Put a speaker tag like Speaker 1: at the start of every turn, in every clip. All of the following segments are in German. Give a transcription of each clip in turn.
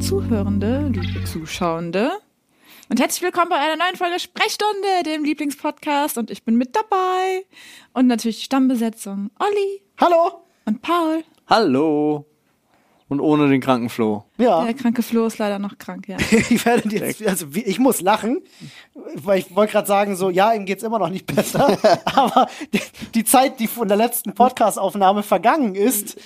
Speaker 1: Zuhörende, liebe Zuschauende. Und herzlich willkommen bei einer neuen Folge Sprechstunde, dem Lieblingspodcast. Und ich bin mit dabei. Und natürlich die Stammbesetzung. Olli
Speaker 2: Hallo?
Speaker 1: und Paul.
Speaker 3: Hallo. Und ohne den kranken Flo.
Speaker 2: Ja.
Speaker 1: Der kranke Flo ist leider noch krank, ja.
Speaker 2: Ich werde jetzt, also wie- ich muss lachen, weil ich wollte gerade sagen, so, ja, ihm geht's immer noch nicht besser, aber die, die Zeit, die von der letzten Podcast-Aufnahme vergangen ist,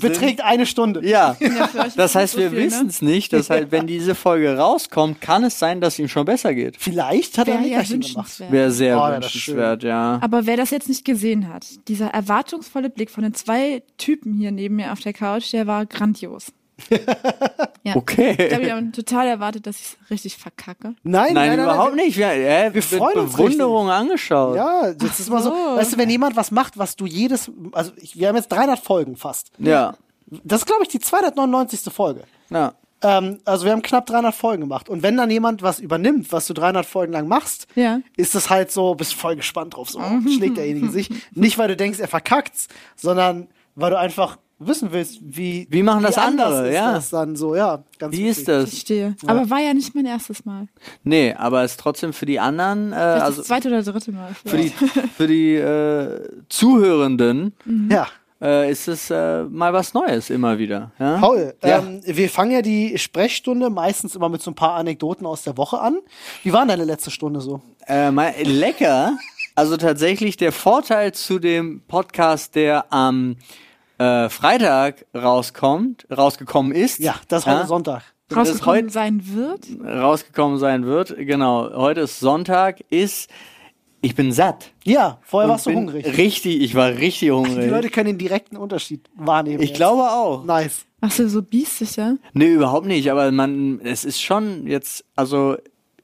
Speaker 2: beträgt eine Stunde.
Speaker 3: Ja.
Speaker 1: für euch
Speaker 3: Das
Speaker 1: ist
Speaker 3: heißt,
Speaker 1: so
Speaker 3: wir
Speaker 1: viel, ne?
Speaker 3: wissen es nicht. Das heißt, wenn diese Folge rauskommt, kann es sein, dass ihm schon besser geht.
Speaker 2: Vielleicht hat er ein
Speaker 1: Wäre ja
Speaker 2: Nickerchen gemacht.
Speaker 1: wünschenswert.
Speaker 3: Wäre sehr
Speaker 2: Oh, ja, das ist
Speaker 3: wünschenswert, ja.
Speaker 1: Aber wer das jetzt nicht gesehen hat, dieser erwartungsvolle Blick von den zwei Typen hier neben mir auf der Couch, der war grandios. ja. Ich glaube,
Speaker 3: Okay.
Speaker 1: die haben total erwartet, dass ich es richtig verkacke.
Speaker 2: Nein,
Speaker 3: Nein, überhaupt nicht. Wir, äh, wir
Speaker 2: freuen uns
Speaker 3: Bewunderung angeschaut.
Speaker 2: Ja, das ist mal so,
Speaker 1: so.
Speaker 2: weißt du, wenn jemand was macht, was du jedes, also ich, wir haben jetzt 300 Folgen fast.
Speaker 3: Ja.
Speaker 2: Das ist, glaube ich, die 299. Folge.
Speaker 3: ja.
Speaker 2: Ähm, also wir haben knapp 300 Folgen gemacht. Und wenn dann jemand was übernimmt, was du 300 Folgen lang machst,
Speaker 1: Ja.
Speaker 2: ist das halt so, bist voll gespannt drauf. So schlägt derjenige sich. Nicht, weil du denkst, er verkackt's, sondern weil du einfach wissen willst, wie
Speaker 3: Wie machen das
Speaker 2: anders
Speaker 3: andere,
Speaker 2: ist
Speaker 3: ja.
Speaker 2: Das dann so, ja. Ganz
Speaker 3: Wie ist
Speaker 2: witzig.
Speaker 1: Ich
Speaker 3: das?
Speaker 1: stehe. Aber war ja nicht mein erstes Mal.
Speaker 3: Nee, aber es ist trotzdem für die anderen, äh,
Speaker 1: Vielleicht
Speaker 3: also
Speaker 1: das zweite oder dritte Mal.
Speaker 3: für die, für die äh, Zuhörenden,
Speaker 2: Ja.
Speaker 3: äh, ist es äh, mal was Neues immer wieder. Ja?
Speaker 2: Paul,
Speaker 3: ja.
Speaker 2: ähm, wir fangen ja die Sprechstunde meistens immer mit so ein paar Anekdoten aus der Woche an. Wie war denn deine letzte Stunde so?
Speaker 3: Äh, mein- lecker. Also tatsächlich der Vorteil zu dem Podcast, der am äh, Freitag rauskommt, rausgekommen ist.
Speaker 2: Ja, das ist heute Sonntag.
Speaker 3: Und das
Speaker 1: rausgekommen
Speaker 3: heute
Speaker 1: sein wird.
Speaker 3: rausgekommen sein wird. Genau. Heute ist Sonntag. Ist ich bin satt.
Speaker 2: Ja, vorher
Speaker 3: Und
Speaker 2: warst du
Speaker 3: bin
Speaker 2: hungrig.
Speaker 3: Richtig, ich war richtig
Speaker 2: Die Leute
Speaker 3: hungrig.
Speaker 2: können den direkten Unterschied wahrnehmen.
Speaker 3: Ich
Speaker 2: jetzt.
Speaker 3: glaube auch.
Speaker 2: Nice.
Speaker 1: Machst du so biestsicher?
Speaker 3: Nee, überhaupt nicht, aber man, es ist schon jetzt, also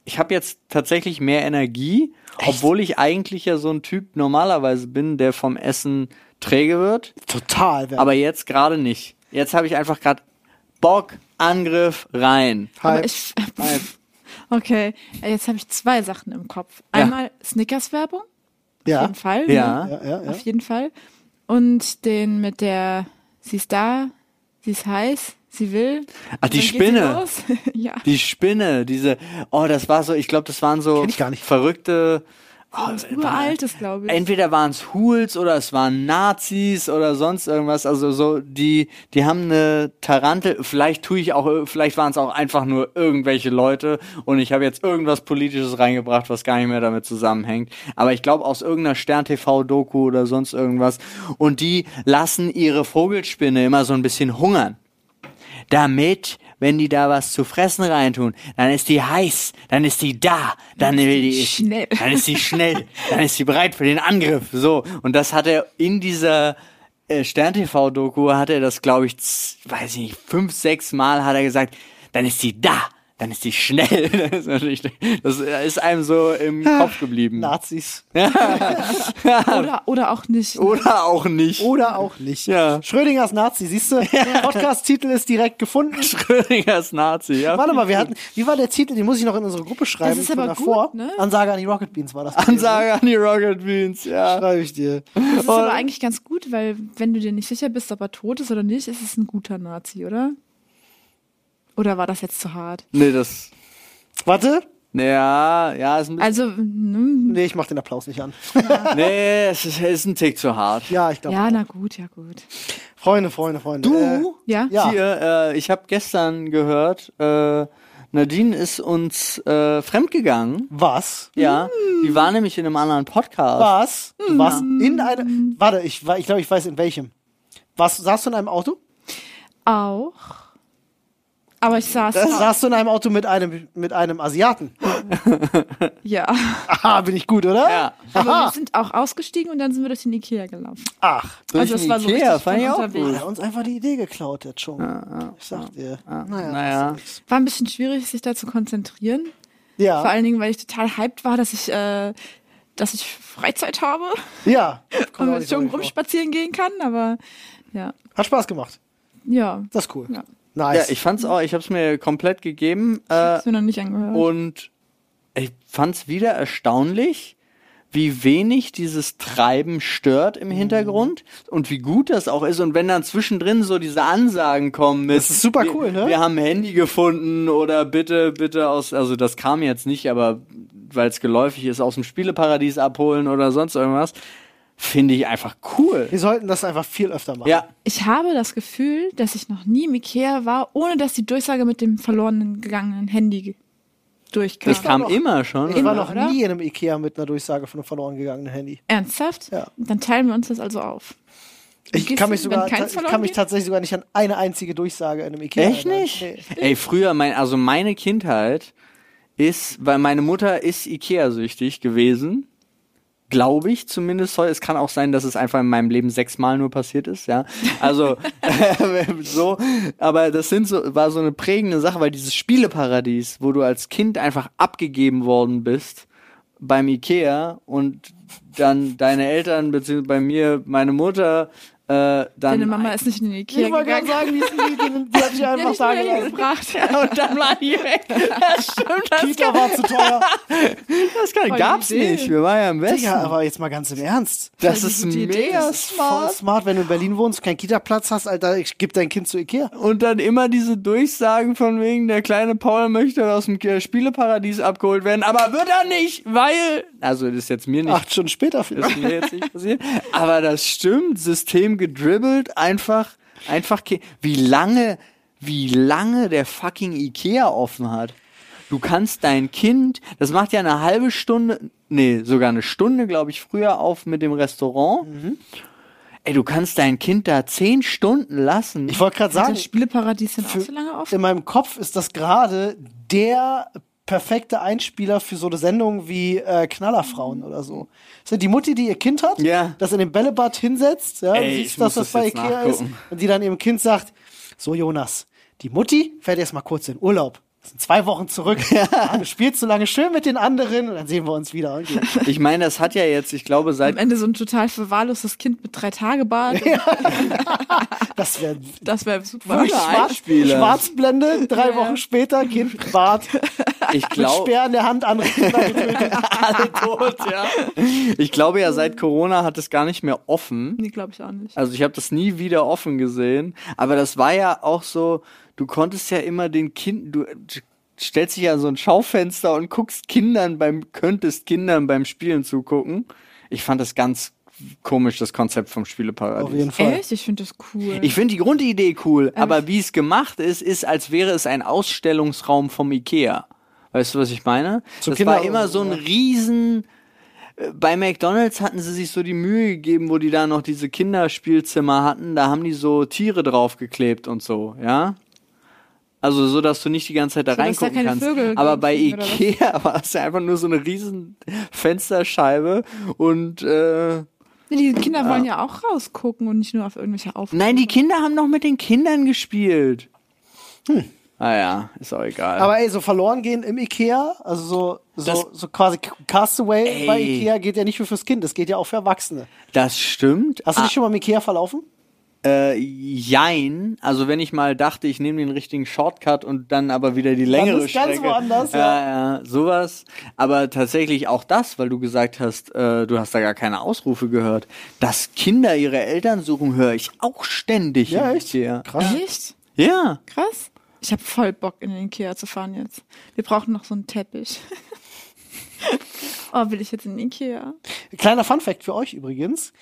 Speaker 3: ich habe jetzt tatsächlich mehr Energie, obwohl ich eigentlich ja so ein Typ normalerweise bin, der vom Essen träge wird,
Speaker 2: Total. Werner.
Speaker 3: aber jetzt gerade nicht. Jetzt habe ich einfach gerade Bock, Angriff, rein.
Speaker 1: Aber
Speaker 2: Halb.
Speaker 1: ich. Okay, äh, jetzt habe ich zwei Sachen im Kopf.
Speaker 3: Ja.
Speaker 1: Einmal Snickers-Werbung, auf
Speaker 2: ja.
Speaker 1: jeden Fall.
Speaker 3: Ja.
Speaker 1: ne?
Speaker 2: Ja, ja, ja.
Speaker 1: Auf jeden Fall. Und den mit der, sie ist da, sie ist heiß, sie will.
Speaker 3: Ach, die
Speaker 1: dann geht sie
Speaker 3: Spinne.
Speaker 1: los. ja.
Speaker 3: Die Spinne, diese, oh, das war so, ich glaube, das waren so
Speaker 2: Kenn ich gar nicht.
Speaker 3: verrückte, oh,
Speaker 1: Uraltes, glaube ich.
Speaker 3: entweder waren es Hools oder es waren Nazis oder sonst irgendwas. Also so, die, die haben eine Tarantel. Vielleicht tue ich auch, vielleicht waren es auch einfach nur irgendwelche Leute und ich habe jetzt irgendwas Politisches reingebracht, was gar nicht mehr damit zusammenhängt. Aber ich glaube aus irgendeiner Stern TV-Doku oder sonst irgendwas. Und die lassen ihre Vogelspinne immer so ein bisschen hungern damit, wenn die da was zu fressen reintun, dann ist die heiß, dann ist die da, dann will die
Speaker 1: schnell.
Speaker 3: dann ist sie schnell, dann ist sie bereit für den Angriff. So und das hat er in dieser äh, Stern TV Doku hat er das glaube ich, z- weiß ich nicht, fünf, sechs Mal hat er gesagt, dann ist sie da. Dann ist sie schnell. Das ist, natürlich, das äh, ist einem so im Kopf geblieben.
Speaker 2: Nazis.
Speaker 1: Oder, oder auch nicht. ne?
Speaker 3: Oder auch nicht.
Speaker 2: Oder auch nicht.
Speaker 3: Ja.
Speaker 2: Schrödingers Nazi, siehst du? Podcast-Titel ist direkt gefunden.
Speaker 3: Schrödingers Nazi, ja.
Speaker 2: Warte mal, wir hatten, wie war der Titel? Den muss ich noch in unsere Gruppe schreiben.
Speaker 1: Das ist
Speaker 2: von
Speaker 1: aber
Speaker 2: davor.
Speaker 1: gut, ne?
Speaker 2: Ansage an die Rocket Beans war das.
Speaker 3: Ansage an die Rocket Beans, ja.
Speaker 2: Schreibe ich dir.
Speaker 1: Das ist aber eigentlich ganz gut, weil wenn du dir nicht sicher bist, ob er tot ist oder nicht, ist es ein guter Nazi, oder? Oder war das jetzt zu hart?
Speaker 3: Nee, das
Speaker 2: Warte.
Speaker 3: Ja, ja, ist ein bisschen,
Speaker 1: Also, hm,
Speaker 2: Nee, ich mach den Applaus nicht an.
Speaker 3: nee, es ist, ist ein Tick zu hart.
Speaker 2: Ja, ich glaube.
Speaker 1: ja, na gut, ja gut.
Speaker 2: Freunde, Freunde, Freunde.
Speaker 3: Du,
Speaker 1: Ja?
Speaker 2: ja.
Speaker 3: hier, äh, ich habe gestern gehört, äh, Nadine ist uns äh,
Speaker 1: Mhm.
Speaker 3: fremdgegangen.
Speaker 2: was?
Speaker 3: Ja, die war nämlich in einem anderen Podcast.
Speaker 2: Was?
Speaker 1: Hm.
Speaker 2: Du warst in einem. Warte, ich, wa- ich glaube, ich weiß in welchem. Was, saßt du in einem Auto?
Speaker 1: Auch. Aber ich saß da.
Speaker 2: Saßt du in einem Auto mit einem, mit einem Asiaten?
Speaker 1: Ja.
Speaker 2: Aha, bin ich gut, oder?
Speaker 3: Ja.
Speaker 1: Aber wir
Speaker 2: Aha.
Speaker 1: sind auch ausgestiegen und dann sind wir durch den Ikea gelaufen.
Speaker 2: Ach.
Speaker 3: Durch
Speaker 1: Also,
Speaker 3: also
Speaker 1: es
Speaker 3: das
Speaker 1: war
Speaker 3: war
Speaker 1: so
Speaker 3: Ikea,
Speaker 1: richtig
Speaker 3: fand ich
Speaker 1: von
Speaker 3: auch
Speaker 1: unterwegs.
Speaker 3: gut.
Speaker 2: Hat er uns einfach die Idee geklaut jetzt schon. ich sag dir. naja.
Speaker 3: Naja,
Speaker 1: War ein bisschen schwierig, sich da zu konzentrieren. Vor
Speaker 2: Ja.
Speaker 1: allen Dingen, weil ich total hyped war, dass ich, äh, dass ich Freizeit habe
Speaker 2: Ja.
Speaker 1: und
Speaker 2: Kommt auch
Speaker 1: mit
Speaker 2: nicht
Speaker 1: Jungen
Speaker 2: so ne? richtig
Speaker 1: rumspazieren gehen kann. Aber ja,
Speaker 2: vor. Hat Spaß gemacht.
Speaker 1: ja.
Speaker 2: Das ist cool.
Speaker 1: Ja.
Speaker 3: ja,
Speaker 2: Nice.
Speaker 3: ich fand's auch, ich hab's mir komplett gegeben. Äh,
Speaker 1: Das ist mir noch nicht angehört.
Speaker 3: Und ich fand's wieder erstaunlich, wie wenig dieses Treiben stört
Speaker 2: Mhm.
Speaker 3: im Hintergrund und wie gut das auch ist. Und wenn dann zwischendrin so diese Ansagen kommen mit. Das
Speaker 2: ist super cool,
Speaker 3: wir,
Speaker 2: ne?
Speaker 3: Wir haben ein Handy gefunden oder bitte, bitte aus, also das kam jetzt nicht, aber weil es geläufig ist, aus dem Spieleparadies abholen oder sonst irgendwas, finde ich einfach cool.
Speaker 2: Wir sollten das einfach viel öfter machen.
Speaker 3: Ja,
Speaker 1: Ich habe das Gefühl, dass ich noch nie im Ikea war, ohne dass die Durchsage mit dem verlorenen gegangenen Handy durchkam.
Speaker 3: das kam
Speaker 2: noch-
Speaker 3: immer schon.
Speaker 2: Ich war
Speaker 1: Immer,
Speaker 2: noch
Speaker 1: oder?
Speaker 2: nie in einem Ikea mit einer Durchsage von einem verloren gegangenen Handy.
Speaker 1: Ernsthaft?
Speaker 2: Ja.
Speaker 1: Dann teilen wir uns das also auf.
Speaker 2: Ich
Speaker 1: Gehst
Speaker 2: kann
Speaker 1: du,
Speaker 2: mich sogar,
Speaker 1: wenn keins
Speaker 2: ich
Speaker 1: verloren
Speaker 2: kann mich
Speaker 1: geht?
Speaker 2: tatsächlich sogar nicht an eine einzige Durchsage in einem Ikea.
Speaker 3: Echt
Speaker 2: erinnern.
Speaker 3: nicht?
Speaker 2: Nee.
Speaker 3: Ey, früher, mein, also meine Kindheit ist, weil meine Mutter ist Ikea-süchtig gewesen. Glaube ich zumindest. Es kann auch sein, dass es einfach in meinem Leben sechsmal nur passiert ist, ja. Also, so. Aber das sind so, war so eine prägende Sache, weil dieses Spieleparadies, wo du als Kind einfach abgegeben worden bist beim Ikea und dann deine Eltern, beziehungsweise bei mir, meine Mutter, äh, dann.
Speaker 1: Deine Mama ist nicht in den Ikea
Speaker 2: Ich wollte gerade
Speaker 1: gegangen.
Speaker 2: sagen, die, die, die, die hat mich
Speaker 1: Ja,
Speaker 2: einfach
Speaker 1: nicht
Speaker 2: da
Speaker 1: mehr hier
Speaker 2: gelassen.
Speaker 1: gebracht. und dann war die weg. Das stimmt, das
Speaker 2: Kita war zu teuer.
Speaker 3: das kann,
Speaker 1: Voll
Speaker 3: gab's
Speaker 1: die Idee.
Speaker 3: nicht. Wir waren ja im Westen.
Speaker 2: Digga, aber jetzt mal ganz im Ernst.
Speaker 3: Das
Speaker 1: Voll
Speaker 3: ist
Speaker 1: die gute Idee.
Speaker 3: mega
Speaker 1: Das
Speaker 2: Voll
Speaker 3: smart.
Speaker 2: smart, wenn du in Berlin wohnst, keinen Kita-Platz hast, Alter, ich geb dein Kind zu Ikea.
Speaker 3: Und dann immer diese Durchsagen von wegen, der kleine Paul möchte aus dem K- Spieleparadies abgeholt werden, aber wird er nicht, weil. Also das ist jetzt mir nicht,
Speaker 2: Acht Stunden später
Speaker 3: das
Speaker 2: vielleicht.
Speaker 3: ist mir jetzt nicht passiert. Aber das stimmt, System gedribbelt, einfach, einfach. ke- Wie lange, wie lange der fucking Ikea offen hat. Du kannst dein Kind, das macht ja eine halbe Stunde, nee, sogar eine Stunde, glaube ich, früher auf mit dem Restaurant. Ey, du kannst dein Kind da zehn Stunden lassen.
Speaker 2: Ich wollte gerade sagen,
Speaker 1: Das Spieleparadies sind auch so lange offen.
Speaker 2: in meinem Kopf ist das gerade der perfekte Einspieler für so eine Sendung wie äh,
Speaker 3: Mhm.
Speaker 2: Knallerfrauen oder so. Ist ja die Mutti, die ihr Kind hat,
Speaker 3: Ja.
Speaker 2: das in dem Bällebad hinsetzt, ja,
Speaker 3: Ey,
Speaker 2: du
Speaker 3: ich
Speaker 2: siehst,
Speaker 3: muss
Speaker 2: dass das
Speaker 3: das
Speaker 2: bei
Speaker 3: jetzt
Speaker 2: Ikea ist
Speaker 3: nachgucken.
Speaker 2: und die dann ihrem Kind sagt, so Jonas, die Mutti fährt erst mal kurz in Urlaub. Das Sind zwei Wochen zurück. Ja. Du spielst so lange schön mit den anderen und dann sehen wir uns wieder. Und gehen.
Speaker 3: Ich meine, das hat ja jetzt, ich glaube,
Speaker 1: Am
Speaker 3: seit.
Speaker 1: Ende so ein total verwahrlostes Kind mit drei Tage Bart.
Speaker 2: Das wäre
Speaker 1: Das wäre super.
Speaker 3: Voll geil.
Speaker 2: Schwarz,
Speaker 3: Einspieler.
Speaker 2: Schwarzblende, drei
Speaker 1: Ja.
Speaker 2: Wochen später, Kind Bart,
Speaker 3: Ich
Speaker 2: mit
Speaker 3: glaube.
Speaker 2: Speer in der Hand anreden.
Speaker 3: Ich glaube ja, seit Corona hat es gar nicht mehr offen.
Speaker 1: Nee, glaube ich auch nicht.
Speaker 3: Also ich habe das nie wieder offen gesehen. Aber das war ja auch so, du konntest ja immer den Kind, du äh, stellst dich ja an so ein Schaufenster und guckst Kindern beim, könntest Kindern beim Spielen zugucken. Ich fand das ganz komisch, das Konzept vom Spieleparadies.
Speaker 2: Auf jeden Fall.
Speaker 1: Echt? Ich finde das cool.
Speaker 3: Ich finde die Grundidee cool, aber wie es gemacht ist, ist, als wäre es ein Ausstellungsraum vom Ikea. Weißt du, was ich meine? das war
Speaker 2: Kinder-
Speaker 3: immer so ein riesen... äh, Bei McDonalds hatten sie sich so die Mühe gegeben, wo die da noch diese Kinderspielzimmer hatten, da haben die so Tiere draufgeklebt und so, ja? Also so, dass du nicht die ganze Zeit da
Speaker 1: So, dass da
Speaker 3: reingucken
Speaker 1: keine
Speaker 3: kannst.
Speaker 1: Vögel
Speaker 3: Aber bei
Speaker 1: fliegen oder was?
Speaker 3: Ikea war es ja einfach nur so eine riesen Fensterscheibe und äh,
Speaker 1: Nee, die Kinder wollen ja auch rausgucken und nicht nur auf irgendwelche Aufgaben.
Speaker 3: Nein, die Kinder haben noch mit den Kindern gespielt. Hm. Ah ja, ist auch egal.
Speaker 2: Aber ey, so verloren gehen im Ikea, also so, so, so quasi Castaway
Speaker 3: Ey.
Speaker 2: bei Ikea geht ja nicht nur fürs Kind, das geht ja auch für Erwachsene.
Speaker 3: das stimmt.
Speaker 2: Hast du dich schon mal im Ikea verlaufen?
Speaker 3: Äh, jein. Also wenn ich mal dachte, ich nehme den richtigen Shortcut und dann aber wieder die längere
Speaker 2: bist du
Speaker 3: Strecke.
Speaker 2: ganz woanders, ja.
Speaker 3: ja. ja, sowas. Aber tatsächlich auch das, weil du gesagt hast, äh, du hast da gar keine Ausrufe gehört. Dass Kinder ihre Eltern suchen, höre ich auch ständig.
Speaker 2: Ja,
Speaker 3: im
Speaker 2: echt?
Speaker 3: Ikea.
Speaker 2: Krass.
Speaker 1: Echt?
Speaker 3: Ja.
Speaker 1: Krass. Ich habe voll Bock, in den Ikea zu fahren jetzt. Wir brauchen noch so einen Teppich. oh, will ich jetzt in den Ikea?
Speaker 2: Kleiner Funfact für euch übrigens.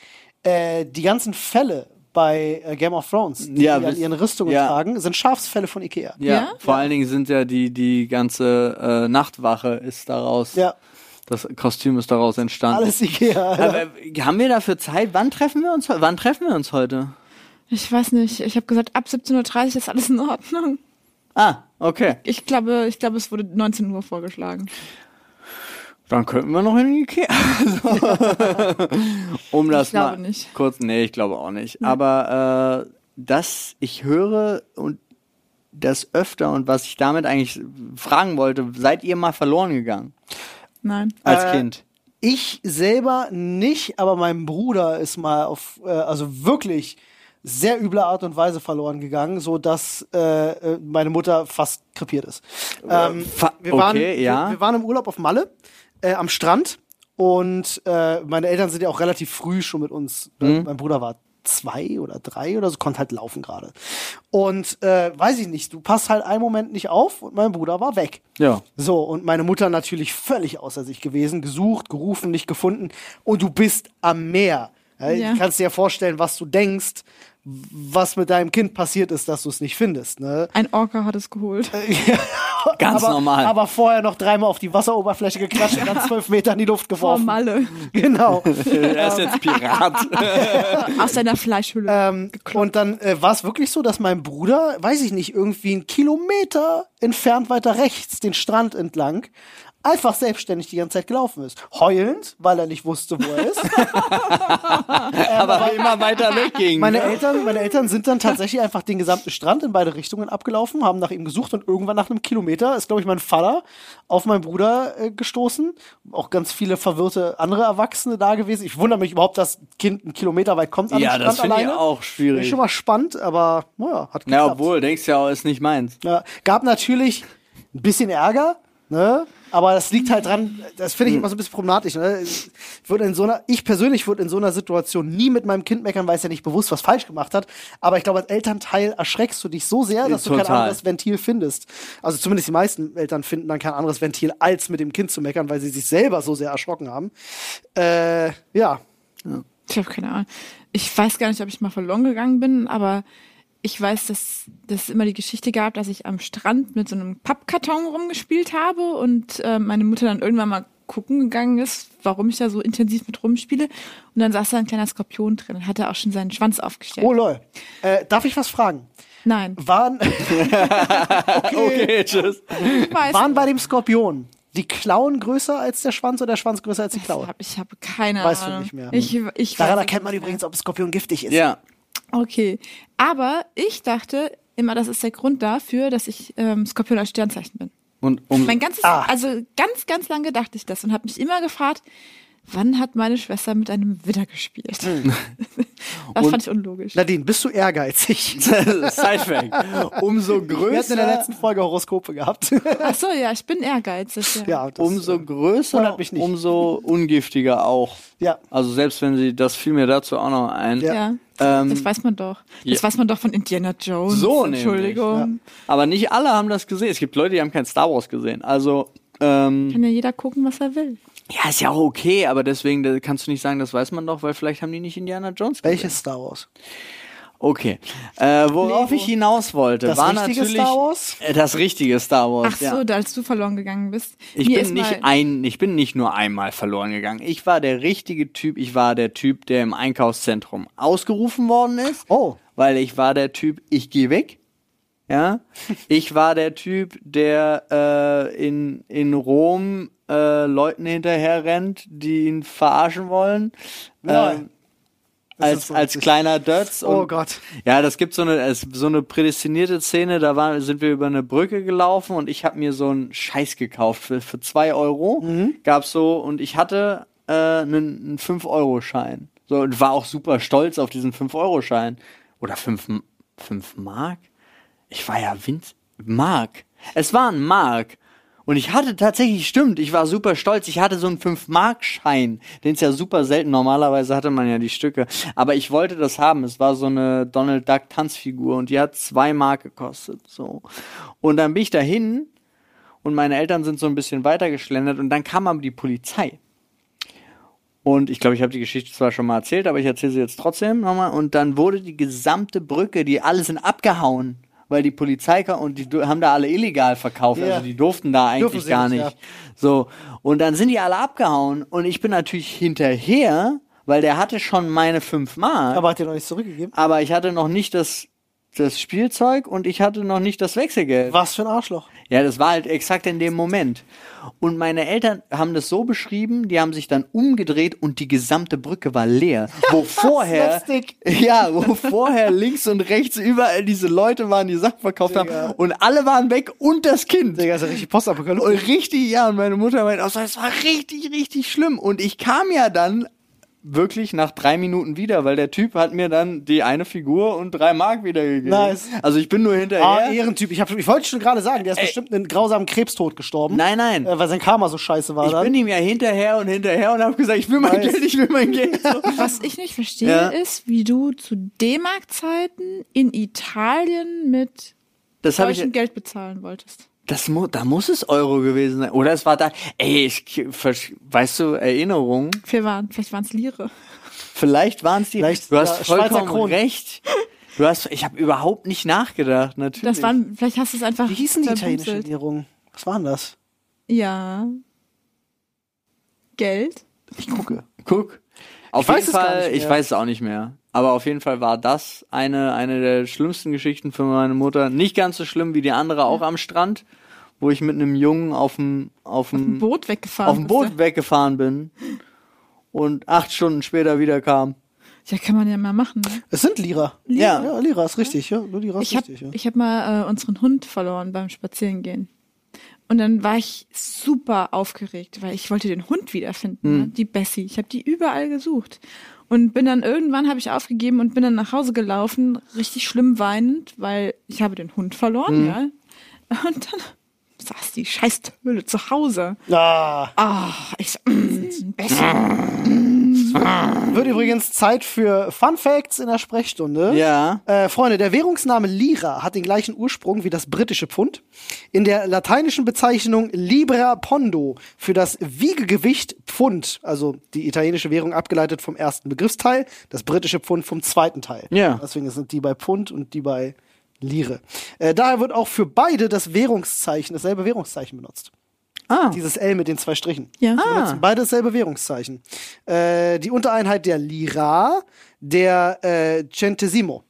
Speaker 2: Äh, die ganzen Fälle bei äh, Game of Thrones, die,
Speaker 3: Ja,
Speaker 2: die an
Speaker 3: wisst-
Speaker 2: ihren Rüstungen
Speaker 3: ja.
Speaker 2: tragen, sind Schafsfälle von Ikea.
Speaker 3: Ja,
Speaker 1: Ja?
Speaker 3: vor allen Dingen sind ja die, die ganze äh, Nachtwache ist daraus.
Speaker 2: Ja.
Speaker 3: Das Kostüm ist daraus entstanden.
Speaker 2: Alles Ikea. Alter.
Speaker 3: Aber äh, haben wir dafür Zeit? Wann treffen wir uns? he- Wann treffen wir uns heute?
Speaker 1: Ich weiß nicht. Ich habe gesagt, ab 17.30 Uhr ist alles in Ordnung.
Speaker 3: Ah, okay.
Speaker 1: Ich glaube, ich glaube, es wurde 19 Uhr vorgeschlagen.
Speaker 3: Dann könnten wir noch in die Ikea. So. um das
Speaker 1: glaube
Speaker 3: mal
Speaker 1: nicht.
Speaker 3: kurz. Nee, ich glaube auch nicht. Aber äh, das, ich höre und das öfter und was ich damit eigentlich fragen wollte, seid ihr mal verloren gegangen
Speaker 1: Nein.
Speaker 3: als
Speaker 2: Äh,
Speaker 3: Kind?
Speaker 2: Ich selber nicht, aber mein Bruder ist mal auf, äh, also wirklich sehr üble Art und Weise verloren gegangen, so dass äh, äh, meine Mutter fast krepiert ist. Ähm,
Speaker 3: Fa-
Speaker 2: wir waren,
Speaker 3: okay, ja.
Speaker 2: wir, wir waren im Urlaub auf Malle äh, am Strand Und äh, meine Eltern sind ja auch relativ früh schon mit uns.
Speaker 3: Mhm.
Speaker 2: ne? Mein Bruder war zwei oder drei oder so, konnte halt laufen gerade. Und äh, weiß ich nicht, du passt halt einen Moment nicht auf und mein Bruder war weg.
Speaker 3: Ja.
Speaker 2: So, und meine Mutter natürlich völlig außer sich gewesen, gesucht, gerufen, nicht gefunden. Und du bist am Meer. Ja,
Speaker 1: Ja.
Speaker 2: Du kannst dir ja vorstellen, was du denkst, was mit deinem Kind passiert ist, dass du es nicht findest. Ne?
Speaker 1: Ein Orca hat es geholt.
Speaker 3: Ganz
Speaker 2: aber,
Speaker 3: normal.
Speaker 2: Aber vorher noch dreimal auf die Wasseroberfläche geklatscht und dann zwölf Meter in die Luft
Speaker 1: Vor
Speaker 2: geworfen.
Speaker 1: Malle.
Speaker 2: Genau.
Speaker 3: er ist jetzt Pirat.
Speaker 1: Aus seiner Fleischhülle.
Speaker 2: Ähm, und dann äh, war es wirklich so, dass mein Bruder, weiß ich nicht, irgendwie einen Kilometer entfernt weiter rechts den Strand entlang einfach selbstständig die ganze Zeit gelaufen ist. Heulend, weil er nicht wusste, wo er ist.
Speaker 3: aber immer weiter wegging.
Speaker 2: Meine Eltern, meine Eltern sind dann tatsächlich einfach den gesamten Strand in beide Richtungen abgelaufen, haben nach ihm gesucht und irgendwann nach einem Kilometer ist, glaube ich, mein Vater auf meinen Bruder äh, gestoßen. Auch ganz viele verwirrte andere Erwachsene da gewesen. Ich wundere mich überhaupt, dass ein Kind einen Kilometer weit kommt an
Speaker 3: ja,
Speaker 2: den
Speaker 3: das
Speaker 2: Strand
Speaker 3: finde ich
Speaker 2: alleine.
Speaker 3: auch
Speaker 2: Ist
Speaker 3: schwierig.
Speaker 2: schon mal spannend, aber naja, hat geklappt.
Speaker 3: Na, obwohl, denkst ja auch, ist nicht meins.
Speaker 2: Ja, Ne? gab natürlich ein bisschen Ärger, ne? Aber das liegt halt dran, das finde ich immer so ein bisschen problematisch. Ne? Ich Würde in so einer, ich persönlich würde in so einer Situation nie mit meinem Kind meckern, weil es ja nicht bewusst was falsch gemacht hat. Aber ich glaube, als Elternteil erschreckst du dich so sehr, dass du kein
Speaker 3: Total.
Speaker 2: anderes Ventil findest. Also zumindest die meisten Eltern finden dann kein anderes Ventil, als mit dem Kind zu meckern, weil sie sich selber so sehr erschrocken haben. Äh, ja.
Speaker 1: Ich habe keine Ahnung. Ich weiß gar nicht, ob ich mal verloren gegangen bin, aber ich weiß, dass, dass es immer die Geschichte gab, dass ich am Strand mit so einem Pappkarton rumgespielt habe und äh, meine Mutter dann irgendwann mal gucken gegangen ist, warum ich da so intensiv mit rumspiele. Und dann saß da ein kleiner Skorpion drin und hatte auch schon seinen Schwanz aufgestellt.
Speaker 2: Oh lol. Äh, darf ich was fragen?
Speaker 1: Nein,
Speaker 2: Waren,
Speaker 3: Okay, tschüss.
Speaker 1: ich weiß.
Speaker 2: waren bei dem Skorpion die Klauen größer als der Schwanz oder der Schwanz größer als die
Speaker 1: ich
Speaker 2: Klaue?
Speaker 1: habe ich hab keine
Speaker 2: Weißt du
Speaker 1: Ahnung.
Speaker 2: nicht mehr.
Speaker 1: Ich, ich
Speaker 2: Daran
Speaker 1: weiß es
Speaker 2: erkennt man
Speaker 1: nicht mehr.
Speaker 2: übrigens, ob ein Skorpion giftig ist.
Speaker 3: Ja.
Speaker 1: Okay. Aber ich dachte immer, das ist der Grund dafür, dass ich ähm, Skorpion als Sternzeichen bin.
Speaker 3: Und um,
Speaker 1: Mein ganzes,
Speaker 2: Ah.
Speaker 1: also ganz, ganz lange dachte ich das und habe mich immer gefragt, wann hat meine Schwester mit einem Widder gespielt?
Speaker 3: Hm.
Speaker 1: das fand ich unlogisch.
Speaker 2: Nadine, bist du ehrgeizig?
Speaker 3: Sidefact. Umso
Speaker 2: Wir hatten in der
Speaker 3: größer,
Speaker 2: letzten Folge Horoskope gehabt.
Speaker 1: Ach so, ja, ich bin ehrgeizig. Ja.
Speaker 2: ja, das,
Speaker 3: umso größer,
Speaker 2: wundert mich nicht.
Speaker 3: umso ungiftiger auch.
Speaker 2: Ja.
Speaker 3: Also selbst wenn sie, das fiel mir dazu auch noch ein.
Speaker 2: Ja.
Speaker 1: Ja,
Speaker 3: Ähm,
Speaker 1: das weiß man doch.
Speaker 3: ja.
Speaker 1: Das weiß man doch von Indiana Jones.
Speaker 3: So nämlich,
Speaker 1: Entschuldigung.
Speaker 3: Aber nicht alle haben das gesehen. Es gibt Leute, die haben kein Star Wars gesehen. Also, ähm,
Speaker 1: Kann ja jeder gucken, was er will.
Speaker 3: ja, ist ja auch okay, aber deswegen da kannst du nicht sagen, das weiß man doch, weil vielleicht haben die nicht Indiana Jones gesehen.
Speaker 2: Welches Star Wars?
Speaker 3: Okay. Äh, worauf
Speaker 1: Lego.
Speaker 3: ich hinaus wollte,
Speaker 2: Das
Speaker 3: war
Speaker 2: richtige
Speaker 3: natürlich
Speaker 2: Star Wars?
Speaker 3: Äh, das richtige Star Wars.
Speaker 1: Ach so,
Speaker 3: ja.
Speaker 1: da als du verloren gegangen bist.
Speaker 3: Ich
Speaker 1: Mir
Speaker 3: bin
Speaker 1: ist
Speaker 3: nicht
Speaker 1: mal,
Speaker 3: ein, ich bin nicht nur einmal verloren gegangen. Ich war der richtige Typ. Ich war der Typ, der im Einkaufszentrum ausgerufen worden ist.
Speaker 2: Oh.
Speaker 3: Weil ich war der Typ, ich gehe weg. Ja. Ich war der Typ, der äh, in, in Rom äh, Leuten hinterher rennt, die ihn verarschen wollen. Ähm,
Speaker 2: Nein.
Speaker 3: Äh, als,
Speaker 2: ist so
Speaker 3: als
Speaker 2: witzig.
Speaker 3: kleiner Dirtz.
Speaker 2: Oh
Speaker 3: und-
Speaker 2: Gott.
Speaker 3: ja, das gibt so eine es- so eine prädestinierte Szene, da waren, sind wir über eine Brücke gelaufen und ich habe mir so einen Scheiß gekauft für, für zwei Euro.
Speaker 2: Mhm.
Speaker 3: Gab's so und ich hatte äh, einen, einen 5 Euro Schein. So und war auch super stolz auf diesen 5 Euro Schein oder 5 5 Mark. Ich war ja Winz Mark. Es war ein Mark. Und ich hatte tatsächlich, stimmt, ich war super stolz, ich hatte so einen 5-Mark-Schein, den es ja super selten, normalerweise hatte man ja die Stücke, aber ich wollte das haben, es war so eine Donald Duck Tanzfigur und die hat 2 Mark gekostet, so. Und dann bin ich dahin und meine Eltern sind so ein bisschen weitergeschlendert und dann kam aber die Polizei. Und ich glaube, ich habe die Geschichte zwar schon mal erzählt, aber ich erzähle sie jetzt trotzdem nochmal. Und dann wurde die gesamte Brücke, die alle sind abgehauen, weil die Polizei kam und die du- haben da alle illegal verkauft.
Speaker 2: Ja.
Speaker 3: Also die durften da eigentlich
Speaker 2: Dürfen sie
Speaker 3: gar
Speaker 2: nicht,
Speaker 3: nicht. So. Und dann sind die alle abgehauen und ich bin natürlich hinterher, weil der hatte schon meine fünf Mark
Speaker 2: Aber hat er noch nicht zurückgegeben?
Speaker 3: aber ich hatte noch nicht das, das Spielzeug und ich hatte noch nicht das Wechselgeld.
Speaker 2: Was für ein Arschloch.
Speaker 3: Ja, das war halt exakt in dem Moment. Und meine Eltern haben das so beschrieben, die haben sich dann umgedreht und die gesamte Brücke war leer. Wo vorher,
Speaker 2: lustig.
Speaker 3: ja, wo vorher links und rechts überall diese Leute waren, die Sachen verkauft haben und alle waren weg und das Kind.
Speaker 2: Digga, ist ja richtig Postapokalypse.
Speaker 3: Und richtig, ja, und meine Mutter meinte auch so, es war richtig, richtig schlimm. Und ich kam ja dann wirklich nach drei Minuten wieder, weil der Typ hat mir dann die eine Figur und drei Mark wiedergegeben.
Speaker 2: Nice.
Speaker 3: Also ich bin nur
Speaker 2: Ah,
Speaker 3: hinterher.
Speaker 2: Ehrentyp. Ich, hab, ich wollte schon gerade sagen, der ist bestimmt einen grausamen Krebstod gestorben.
Speaker 3: nein, nein.
Speaker 2: Äh, weil sein Karma so scheiße war
Speaker 3: ich
Speaker 2: dann.
Speaker 3: bin ihm ja hinterher und hinterher und habe gesagt, ich will mein
Speaker 2: Nice.
Speaker 3: Geld, ich will mein Geld. So.
Speaker 1: Was ich nicht verstehe,
Speaker 3: Ja.
Speaker 1: ist, wie du zu D-Mark-Zeiten in Italien mit
Speaker 3: Das habe ich.
Speaker 1: deutschem Geld bezahlen wolltest.
Speaker 3: Das mu da muss es Euro gewesen sein. Oder es war da. Ey, ich k- versch- weißt du, Erinnerung.
Speaker 1: Vielleicht waren vielleicht waren's Lire.
Speaker 3: Vielleicht waren es die.
Speaker 2: Vielleicht,
Speaker 3: du hast
Speaker 2: ja, Schweizer
Speaker 3: vollkommen
Speaker 2: Kronen.
Speaker 3: recht. Du hast. Ich habe überhaupt nicht nachgedacht. Natürlich.
Speaker 1: Das waren, vielleicht hast du es einfach.
Speaker 2: Wie hießen die italienische
Speaker 1: verbumselt.
Speaker 2: Regierung? Was waren das?
Speaker 1: Ja. Geld?
Speaker 2: Ich gucke.
Speaker 3: Guck. Auf
Speaker 2: weiß
Speaker 3: jeden
Speaker 2: es gar
Speaker 3: Fall,
Speaker 2: nicht
Speaker 3: ich
Speaker 2: mehr.
Speaker 3: weiß es auch nicht mehr. Aber auf jeden Fall war das eine, eine der schlimmsten Geschichten für meine Mutter. Nicht ganz so schlimm wie die andere auch am Strand, wo ich mit einem Jungen auf dem, auf
Speaker 2: Hm.
Speaker 1: Ein
Speaker 3: dem,
Speaker 1: Boot weggefahren.
Speaker 3: auf dem
Speaker 1: bist,
Speaker 3: Boot weggefahren bin und acht Stunden später wieder kam.
Speaker 1: Ja, Ja, kann man ja mal machen. Ne?
Speaker 2: Es sind Lira.
Speaker 3: Lira.
Speaker 2: Ja, Lira ist richtig, ja. Nur Lira ist
Speaker 1: Ich habe
Speaker 2: richtig, ja.
Speaker 1: ich hab mal äh, unseren Hund verloren beim Spazierengehen. Und dann war ich super aufgeregt, weil ich wollte den Hund wiederfinden,
Speaker 2: Hm.
Speaker 1: ne? die Bessie. Ich habe die überall gesucht. Und bin dann irgendwann, habe ich aufgegeben und bin dann nach Hause gelaufen, richtig schlimm weinend, weil ich habe den Hund
Speaker 2: Hm.
Speaker 1: verloren, ja. Und dann saß die scheiß Höhle zu Hause.
Speaker 2: Ah,
Speaker 1: Ah, ich so, mm, Bessie.
Speaker 2: wird übrigens Zeit für Fun Facts in der Sprechstunde.
Speaker 3: Ja.
Speaker 2: Äh, Freunde, der Währungsname Lira hat den gleichen Ursprung wie das britische Pfund. In der lateinischen Bezeichnung Libra Pondo für das Wiegegewicht Pfund, also die italienische Währung abgeleitet vom ersten Begriffsteil, das britische Pfund vom zweiten Teil.
Speaker 3: Ja.
Speaker 2: Deswegen sind die bei Pfund und die bei Lire. Äh, daher wird auch für beide das Währungszeichen, dasselbe Währungszeichen benutzt.
Speaker 3: Ah.
Speaker 2: Dieses L mit den zwei Strichen.
Speaker 1: Ja.
Speaker 2: Sie
Speaker 3: Ah.
Speaker 2: benutzen beide dasselbe Währungszeichen. Äh, die Untereinheit der Lira, der äh, Centesimo,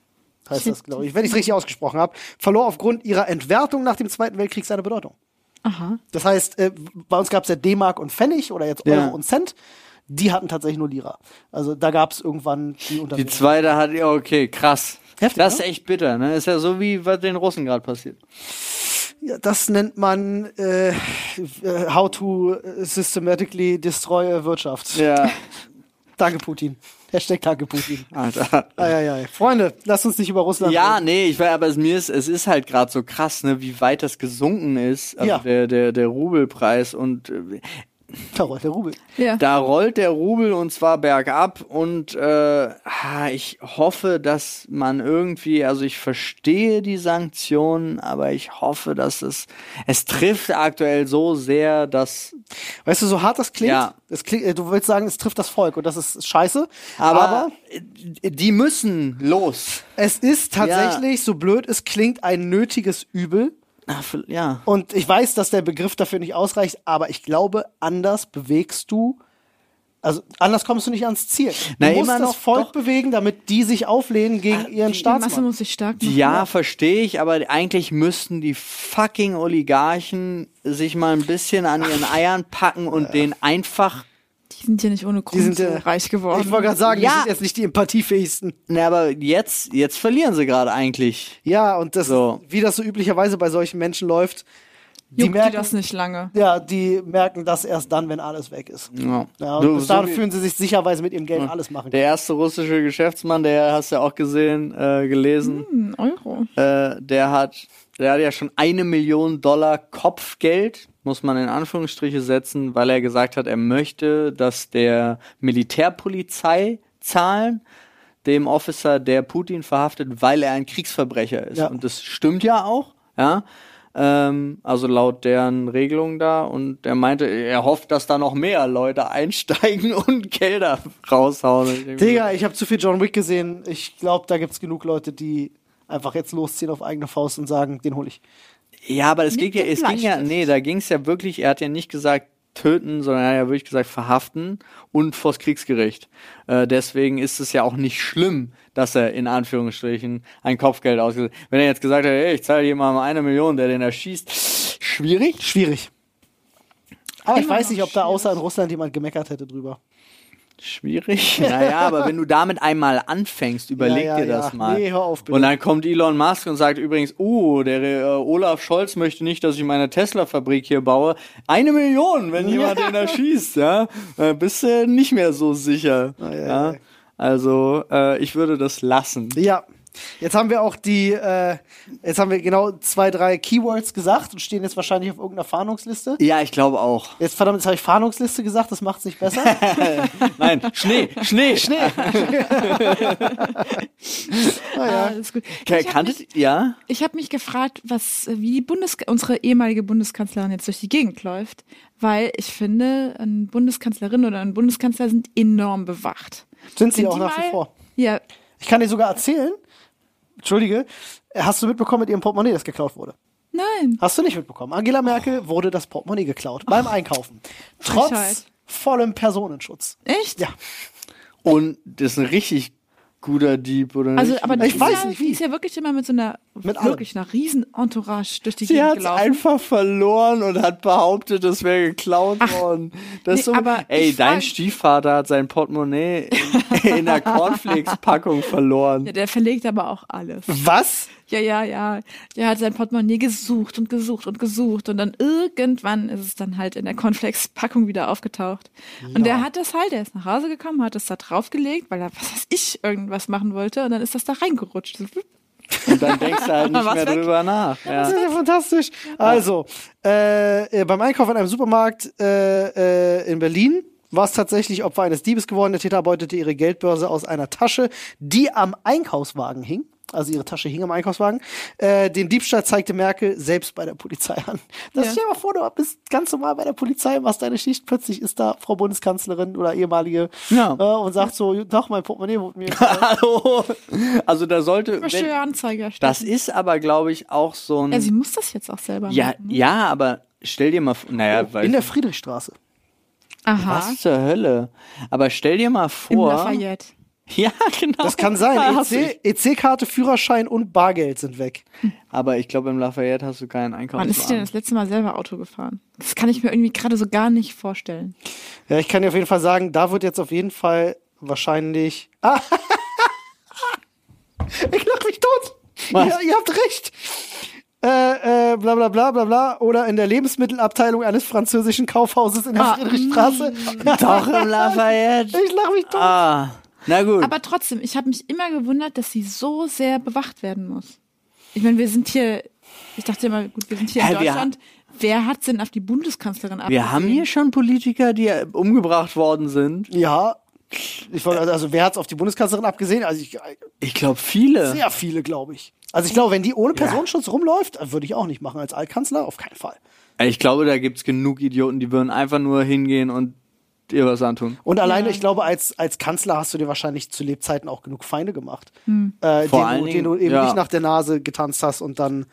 Speaker 2: heißt das, glaube ich, wenn ich es richtig ausgesprochen habe, verlor aufgrund ihrer Entwertung nach dem Zweiten Weltkrieg seine Bedeutung.
Speaker 1: Aha.
Speaker 2: Das heißt, äh, bei uns gab es ja D-Mark und Pfennig oder jetzt
Speaker 3: Ja.
Speaker 2: Euro und Cent. Die hatten tatsächlich nur Lira. Also da gab es irgendwann die
Speaker 3: Die
Speaker 2: Untereinheit.
Speaker 3: zweite hat, ja, okay, krass.
Speaker 2: Heftig,
Speaker 3: das ist
Speaker 2: ne?
Speaker 3: echt bitter, ne? Ist ja so wie, was den Russen gerade passiert.
Speaker 2: Ja, das nennt man äh, äh, how to systematically destroy a Wirtschaft.
Speaker 3: Ja,
Speaker 2: Danke, Putin. Hashtag Danke, Putin.
Speaker 3: Alter.
Speaker 2: Eieiei. Freunde, lasst uns nicht über Russland
Speaker 3: Ja,
Speaker 2: reden.
Speaker 3: nee, ich weiß, aber es, mir ist, es ist halt gerade so krass, ne, wie weit das gesunken ist, also
Speaker 2: Ja.
Speaker 3: der, der, der Rubelpreis und äh,
Speaker 2: Da rollt der Rubel.
Speaker 1: Ja.
Speaker 3: da rollt der Rubel und zwar bergab und äh, ah, ich hoffe, dass man irgendwie, also ich verstehe die Sanktionen, aber ich hoffe, dass es, es trifft aktuell so sehr, dass,
Speaker 2: Weißt du, so hart das klingt,
Speaker 3: Ja.
Speaker 2: es klingt äh, du willst sagen, es trifft das Volk und das ist scheiße.
Speaker 3: aber,
Speaker 2: Aber,
Speaker 3: äh, die müssen los.
Speaker 2: es ist tatsächlich, so blöd es klingt, ein nötiges Übel.
Speaker 3: Ach, vi- ja.
Speaker 2: Und ich weiß, dass der Begriff dafür nicht ausreicht, aber ich glaube, anders bewegst du, also anders kommst du nicht ans Ziel. Du
Speaker 3: Na,
Speaker 2: musst
Speaker 3: immer
Speaker 2: das
Speaker 3: noch,
Speaker 2: Volk
Speaker 3: doch. Ah,
Speaker 2: bewegen, damit die sich auflehnen gegen ihren
Speaker 1: Die Masse
Speaker 2: Staatsmann.
Speaker 1: muss sich stark machen.
Speaker 3: Ja, verstehe ich, aber eigentlich müssten die fucking Oligarchen sich mal ein bisschen an ihren Eiern packen und den einfach.
Speaker 1: Die sind ja nicht ohne Grund
Speaker 2: sind, äh,
Speaker 1: so reich geworden.
Speaker 2: Ich wollte gerade sagen,
Speaker 3: Ja.
Speaker 2: die sind jetzt nicht die empathiefähigsten.
Speaker 3: Na, aber jetzt, jetzt verlieren sie gerade eigentlich.
Speaker 2: Ja, und das,
Speaker 3: So.
Speaker 2: wie das so üblicherweise bei solchen Menschen läuft, die
Speaker 1: Juckt
Speaker 2: merken,
Speaker 1: die das nicht lange.
Speaker 2: ja, die merken das erst dann, wenn alles weg ist.
Speaker 3: Ja.
Speaker 2: Ja, und
Speaker 3: So-
Speaker 2: bis
Speaker 3: so
Speaker 2: dahin
Speaker 3: wie
Speaker 2: fühlen sie sich sicherweise mit ihrem Geld alles machen.
Speaker 3: der erste russische Geschäftsmann, der hast du ja auch gesehen, äh,
Speaker 2: Mhm.
Speaker 3: gelesen,
Speaker 1: Hm, Euro.
Speaker 3: äh, der hat, der hat ja schon eine Million Dollar Kopfgeld, muss man in Anführungsstriche setzen, weil er gesagt hat, er möchte, dass der Militärpolizei zahlen, dem Officer, der Putin verhaftet, weil er ein Kriegsverbrecher ist.
Speaker 2: Ja.
Speaker 3: Und das stimmt ja auch, ja. Ähm, also laut deren Regelung da. Und er meinte, er hofft, dass da noch mehr Leute einsteigen und Gelder raushauen. Und ich denke mir so,
Speaker 2: Digga, ich habe zu viel John Wick gesehen. Ich glaube, da gibt's genug Leute, die einfach jetzt losziehen auf eigene Faust und sagen, den hole ich.
Speaker 3: Ja, aber das
Speaker 1: Mit
Speaker 3: ging ja,
Speaker 1: dem
Speaker 3: es ging ja,
Speaker 1: Bleistift.
Speaker 3: nee, da ging es ja wirklich, er hat ja nicht gesagt töten, sondern er hat ja wirklich gesagt verhaften und vors Kriegsgericht. Äh, deswegen ist es ja auch nicht schlimm, dass er in Anführungsstrichen ein Kopfgeld ausgesetzt Wenn er jetzt gesagt hätte, hey, ich zahle jemandem eine Million, der den erschießt, schwierig.
Speaker 2: Schwierig. Aber ich
Speaker 1: Immer
Speaker 2: weiß
Speaker 1: noch
Speaker 2: nicht, ob da
Speaker 1: schwierig.
Speaker 2: außer in Russland jemand gemeckert hätte drüber.
Speaker 3: Schwierig. Naja, aber wenn du damit einmal anfängst, überleg
Speaker 2: Ja, ja,
Speaker 3: dir das
Speaker 2: ja.
Speaker 3: mal.
Speaker 2: Nee, hör auf, bitte.
Speaker 3: Und dann kommt Elon Musk und sagt übrigens, oh, der äh, Olaf Scholz möchte nicht, dass ich meine Tesla-Fabrik hier baue. Eine Million, wenn jemand den erschießt, ja. Äh, bist du nicht mehr so sicher.
Speaker 2: Ah, ja,
Speaker 3: ja.
Speaker 2: ja.
Speaker 3: Also, äh, ich würde das lassen.
Speaker 2: Ja. Jetzt haben wir auch die, äh, jetzt haben wir genau zwei, drei Keywords gesagt und stehen jetzt wahrscheinlich auf irgendeiner Fahndungsliste.
Speaker 3: Ja, ich glaube auch.
Speaker 2: Jetzt verdammt, jetzt habe ich Fahndungsliste gesagt, das macht's nicht besser.
Speaker 3: Nein, Schnee, Schnee. Schnee.
Speaker 1: Ah, alles gut. Ich hab mich-
Speaker 3: Kanntet, ja?
Speaker 1: Ich habe mich gefragt, was, äh, wie die Bundes unsere ehemalige Bundeskanzlerin jetzt durch die Gegend läuft, weil ich finde, eine Bundeskanzlerin oder ein Bundeskanzler sind enorm bewacht.
Speaker 2: Sind sie
Speaker 1: Sind
Speaker 2: auch
Speaker 1: die
Speaker 2: nach wie
Speaker 1: mal-
Speaker 2: vor.
Speaker 1: Ja,
Speaker 2: Ich kann dir sogar erzählen, Entschuldige, hast du mitbekommen mit ihrem Portemonnaie, das geklaut wurde?
Speaker 1: nein.
Speaker 2: Hast du nicht mitbekommen. Angela Merkel wurde das Portemonnaie geklaut beim Einkaufen. Trotz
Speaker 1: Frechheit.
Speaker 2: vollem Personenschutz.
Speaker 1: Echt?
Speaker 2: Ja.
Speaker 3: Und das ist ein richtig guter Dieb, oder
Speaker 1: Also,
Speaker 3: nicht?
Speaker 1: aber die
Speaker 2: Ich
Speaker 1: ist
Speaker 2: weiß
Speaker 1: ja,
Speaker 2: nicht, wie.
Speaker 1: die ist ja wirklich immer mit so einer,
Speaker 2: Mit allem.
Speaker 1: wirklich einer riesen Entourage durch die
Speaker 3: Sie
Speaker 1: Gegend
Speaker 3: hat es
Speaker 1: gelaufen.
Speaker 3: einfach verloren und hat behauptet, das wäre geklaut worden. Das ist
Speaker 1: nee,
Speaker 3: so,
Speaker 1: aber
Speaker 3: ey,
Speaker 1: ich
Speaker 3: dein
Speaker 1: frag-
Speaker 3: Stiefvater hat sein Portemonnaie in, in der Cornflakes-Packung verloren.
Speaker 1: Ja, der verlegt aber auch alles.
Speaker 2: Was?
Speaker 1: Ja, ja, ja. Der hat sein Portemonnaie gesucht und gesucht und gesucht und dann irgendwann ist es dann halt in der Cornflakes-Packung wieder aufgetaucht. Und der hat das halt, der ist nach Hause gekommen, hat es da draufgelegt, weil er, was weiß ich, irgendwas machen wollte und dann ist das da reingerutscht. So, wupp.
Speaker 3: Und dann denkst du halt nicht
Speaker 1: War's
Speaker 3: mehr
Speaker 1: weg?
Speaker 3: drüber nach.
Speaker 2: Das
Speaker 3: Ja.
Speaker 2: ist ja fantastisch. Also, äh, äh, beim Einkauf in einem Supermarkt äh, äh, in Berlin war es tatsächlich Opfer eines Diebes geworden. Der Täter beutete ihre Geldbörse aus einer Tasche, die am Einkaufswagen hing. Also ihre Tasche hing am Einkaufswagen. Äh, den Diebstahl zeigte Merkel selbst bei der Polizei an. Das
Speaker 1: Ja.
Speaker 2: stell dir mal vor, du bist ganz normal bei der Polizei, machst deine Schicht, plötzlich ist da Frau Bundeskanzlerin oder ehemalige
Speaker 3: Ja.
Speaker 2: äh, und sagt so, doch, mein Portemonnaie wurde mir.
Speaker 3: Hallo. Also da sollte.
Speaker 1: Eine
Speaker 3: Wenn,
Speaker 1: schöne Anzeige erstellt.
Speaker 3: das ist aber, glaube ich, auch so
Speaker 1: Ja,
Speaker 3: ein.
Speaker 1: sie ne? muss das jetzt auch selber
Speaker 3: Ja,
Speaker 1: machen.
Speaker 3: ja, aber stell dir mal vor.
Speaker 1: Oh,
Speaker 3: Naja, weil.
Speaker 2: in der Friedrichstraße.
Speaker 1: Aha.
Speaker 3: was zur Hölle? Aber stell dir mal
Speaker 1: Im
Speaker 3: vor.
Speaker 1: Lafayette.
Speaker 3: Ja, genau.
Speaker 2: Das kann sein. E
Speaker 3: Da hast du-
Speaker 2: EC EC-Karte, Führerschein und Bargeld sind weg.
Speaker 3: Aber ich glaube, im Lafayette hast du keinen
Speaker 1: Wann ist sie denn
Speaker 3: Einkaufswagen.
Speaker 1: das letzte Mal selber Auto gefahren? Das kann ich mir irgendwie gerade so gar nicht vorstellen.
Speaker 2: Ja, ich kann dir auf jeden Fall sagen, da wird jetzt auf jeden Fall wahrscheinlich. Ah, ich lach mich tot.
Speaker 3: Was?
Speaker 2: Ja, ihr habt recht. Äh, äh, bla bla bla bla bla. Oder in der Lebensmittelabteilung eines französischen Kaufhauses in der
Speaker 1: Ah,
Speaker 2: Friedrichstraße.
Speaker 3: Doch, im Lafayette.
Speaker 2: Ich lach mich tot.
Speaker 3: Ah, na gut.
Speaker 1: Aber trotzdem, ich habe mich immer gewundert, dass sie so sehr bewacht werden muss. Ich meine, wir sind hier, ich dachte immer, gut, wir sind hier in
Speaker 3: Hä, wir-
Speaker 1: Deutschland. Wer hat's denn auf die Bundeskanzlerin abgesehen?
Speaker 3: wir haben hier schon Politiker, die äh, umgebracht worden sind.
Speaker 2: Ja. Ich wollte, also, also wer hat's auf die Bundeskanzlerin abgesehen? Also ich,
Speaker 3: Ich glaube, viele.
Speaker 2: sehr viele, glaube ich. Also ich glaube, wenn die ohne Personenschutz rumläuft, würde ich auch nicht machen als Altkanzler, auf keinen Fall.
Speaker 3: Ich glaube, da gibt's genug Idioten, die würden einfach nur hingehen und ihr was antun.
Speaker 2: Und alleine, ich glaube, als, als Kanzler hast du dir wahrscheinlich zu Lebzeiten auch genug Feinde gemacht, äh,
Speaker 3: Vor
Speaker 2: den,
Speaker 3: allen
Speaker 2: du, den
Speaker 3: Dingen,
Speaker 2: du eben
Speaker 3: ja.
Speaker 2: nicht nach der Nase getanzt hast und dann,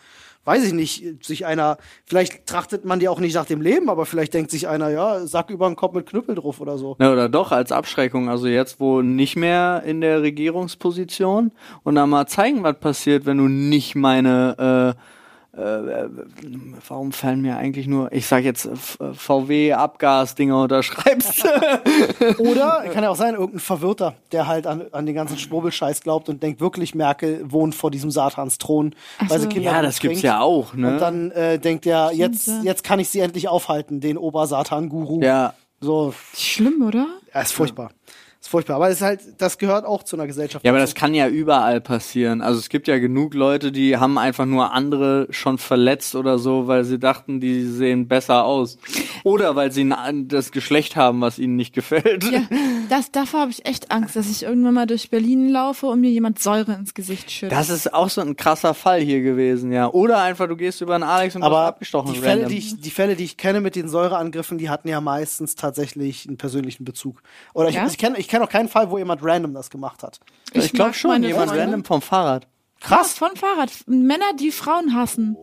Speaker 2: weiß ich nicht, sich einer, vielleicht trachtet man dir auch nicht nach dem Leben, aber vielleicht denkt sich einer, ja, Sack über den Kopf mit Knüppel drauf oder so.
Speaker 3: Na, oder doch, als Abschreckung. Also jetzt, wo nicht mehr in der Regierungsposition und dann mal zeigen, was passiert, wenn du nicht meine, äh, äh, äh, warum fallen mir eigentlich nur, ich sag jetzt VW-Abgas-Dinger unterschreibst.
Speaker 2: Oder kann ja auch sein, irgendein Verwirrter, der halt an, an den ganzen Schwurbelscheiß glaubt und denkt wirklich, Merkel wohnt vor diesem Satansthron,
Speaker 1: Ach
Speaker 2: weil sie
Speaker 1: so.
Speaker 2: Kinder
Speaker 3: ja, das gibt's
Speaker 2: umbringt.
Speaker 3: ja auch, ne?
Speaker 2: Und dann äh, denkt er, jetzt,
Speaker 1: ja.
Speaker 2: jetzt kann ich sie endlich aufhalten, den Obersatan-Guru.
Speaker 3: ja.
Speaker 2: So,
Speaker 1: Schlimm, oder?
Speaker 2: Ja, ist furchtbar. Ist furchtbar. Aber es ist halt, das gehört auch zu einer Gesellschaft.
Speaker 3: Ja, aber das
Speaker 2: dazu.
Speaker 3: kann ja überall passieren. Also es gibt ja genug Leute, die haben einfach nur andere schon verletzt oder so, weil sie dachten, die sehen besser aus. Oder weil sie ein- das Geschlecht haben, was ihnen nicht gefällt.
Speaker 1: Ja, das, davor habe ich echt Angst, dass ich irgendwann mal durch Berlin laufe und mir jemand Säure ins Gesicht schüttet.
Speaker 3: Das ist auch so ein krasser Fall hier gewesen, ja. Oder einfach, du gehst über einen Alex und wirst
Speaker 2: aber
Speaker 3: abgestochen.
Speaker 2: die Fälle,
Speaker 3: random.
Speaker 2: die ich, die Fälle, die ich kenne mit den Säureangriffen, die hatten ja meistens tatsächlich einen persönlichen Bezug. Oder ich,
Speaker 1: Ja?
Speaker 2: ich kenne ich kenn auch keinen Fall, wo jemand random das gemacht hat.
Speaker 3: ich glaube
Speaker 1: mag
Speaker 3: schon,
Speaker 1: meine
Speaker 3: jemand
Speaker 1: Freunde.
Speaker 3: random vom Fahrrad.
Speaker 1: Krass. Von Fahrrad. Männer, die Frauen hassen,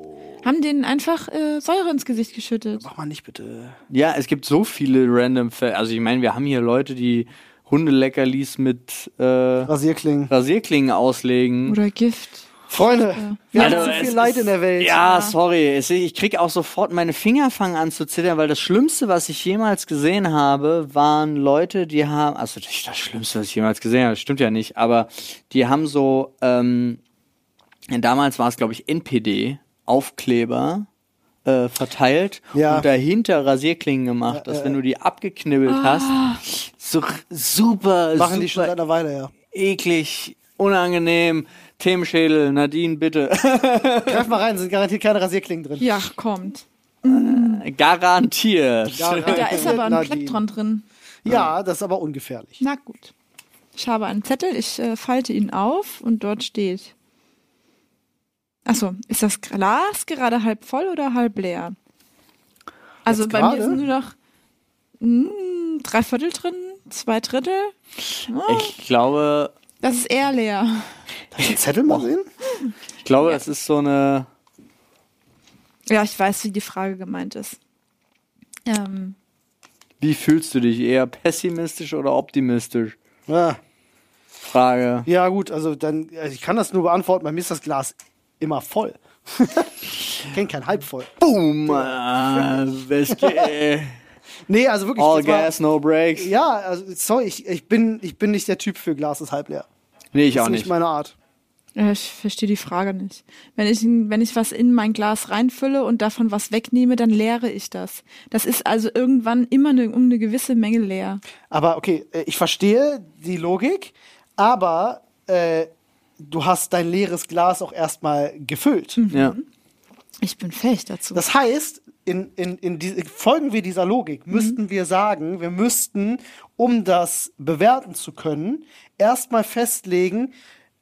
Speaker 1: haben denen einfach äh, Säure ins Gesicht geschüttet.
Speaker 2: Mach mal nicht bitte.
Speaker 3: Ja, es gibt so viele random Fälle. Also ich meine, wir haben hier Leute, die Hundeleckerlis mit äh,
Speaker 2: Rasierklingen.
Speaker 3: Rasierklingen auslegen.
Speaker 1: Oder Gift.
Speaker 4: Freunde, wir
Speaker 3: Also,
Speaker 4: haben zu
Speaker 3: es
Speaker 4: viel Leid
Speaker 3: ist-
Speaker 4: in der Welt.
Speaker 3: Ja, sorry. Es- Ich krieg auch sofort meine Finger fangen an zu zittern, weil das Schlimmste, was ich jemals gesehen habe, waren Leute, die haben, also nicht das Schlimmste, was ich jemals gesehen habe, stimmt ja nicht, aber die haben so, ähm, damals war es, glaube ich, NPD, Aufkleber äh, verteilt
Speaker 4: Ja.
Speaker 3: und dahinter Rasierklingen gemacht, dass wenn du die abgeknibbelt hast, so r- super,
Speaker 2: Machen
Speaker 3: super
Speaker 2: die schon seit einer Weile, ja.
Speaker 3: eklig, unangenehm, Themenschädel, Nadine, bitte.
Speaker 2: Greif mal rein, sind garantiert keine Rasierklingen drin.
Speaker 1: Ja, kommt.
Speaker 3: Garantiert.
Speaker 1: Da ist aber ein
Speaker 2: Nadine.
Speaker 1: Plektron drin.
Speaker 2: Ja, das ist aber ungefährlich.
Speaker 1: Na gut. Ich habe einen Zettel, ich äh, falte ihn auf und dort steht. Achso, ist das Glas gerade halb voll oder halb leer? Also bei
Speaker 2: gerade?
Speaker 1: mir sind nur noch mm, drei Viertel drin, zwei Drittel. Ah,
Speaker 3: Ich glaube,
Speaker 1: Das ist eher leer.
Speaker 2: Hast du den Zettel mal sehen?
Speaker 3: ich glaube, es ist so eine.
Speaker 1: Ja, ich weiß, wie die Frage gemeint ist. Ähm,
Speaker 3: Wie fühlst du dich? Eher pessimistisch oder optimistisch?
Speaker 2: Ja.
Speaker 3: Frage.
Speaker 2: ja, gut, also dann, also ich kann das nur beantworten, bei mir ist das Glas immer voll. ich kenn kein halb voll.
Speaker 3: Boom! Äh, es geht- äh,
Speaker 2: Nee, also wirklich.
Speaker 3: All
Speaker 2: das war-
Speaker 3: gas, no breaks.
Speaker 2: Ja, also sorry, ich, ich, bin, ich bin nicht der Typ für Glas ist halb leer.
Speaker 3: Nee, ich
Speaker 2: Das
Speaker 3: auch
Speaker 2: ist
Speaker 3: nicht.
Speaker 2: meine Art.
Speaker 1: ja, ich verstehe die Frage nicht. Wenn ich, wenn ich was in mein Glas reinfülle und davon was wegnehme, dann leere ich das. Das ist also irgendwann immer eine, um eine gewisse Menge leer.
Speaker 2: Aber okay, äh, ich verstehe die Logik, aber äh, du hast dein leeres Glas auch erstmal gefüllt.
Speaker 3: Ja.
Speaker 1: Ich bin fähig dazu.
Speaker 2: Das heißt, in, in, in die, folgen wir dieser Logik, müssten wir sagen, wir müssten, um das bewerten zu können, erstmal festlegen,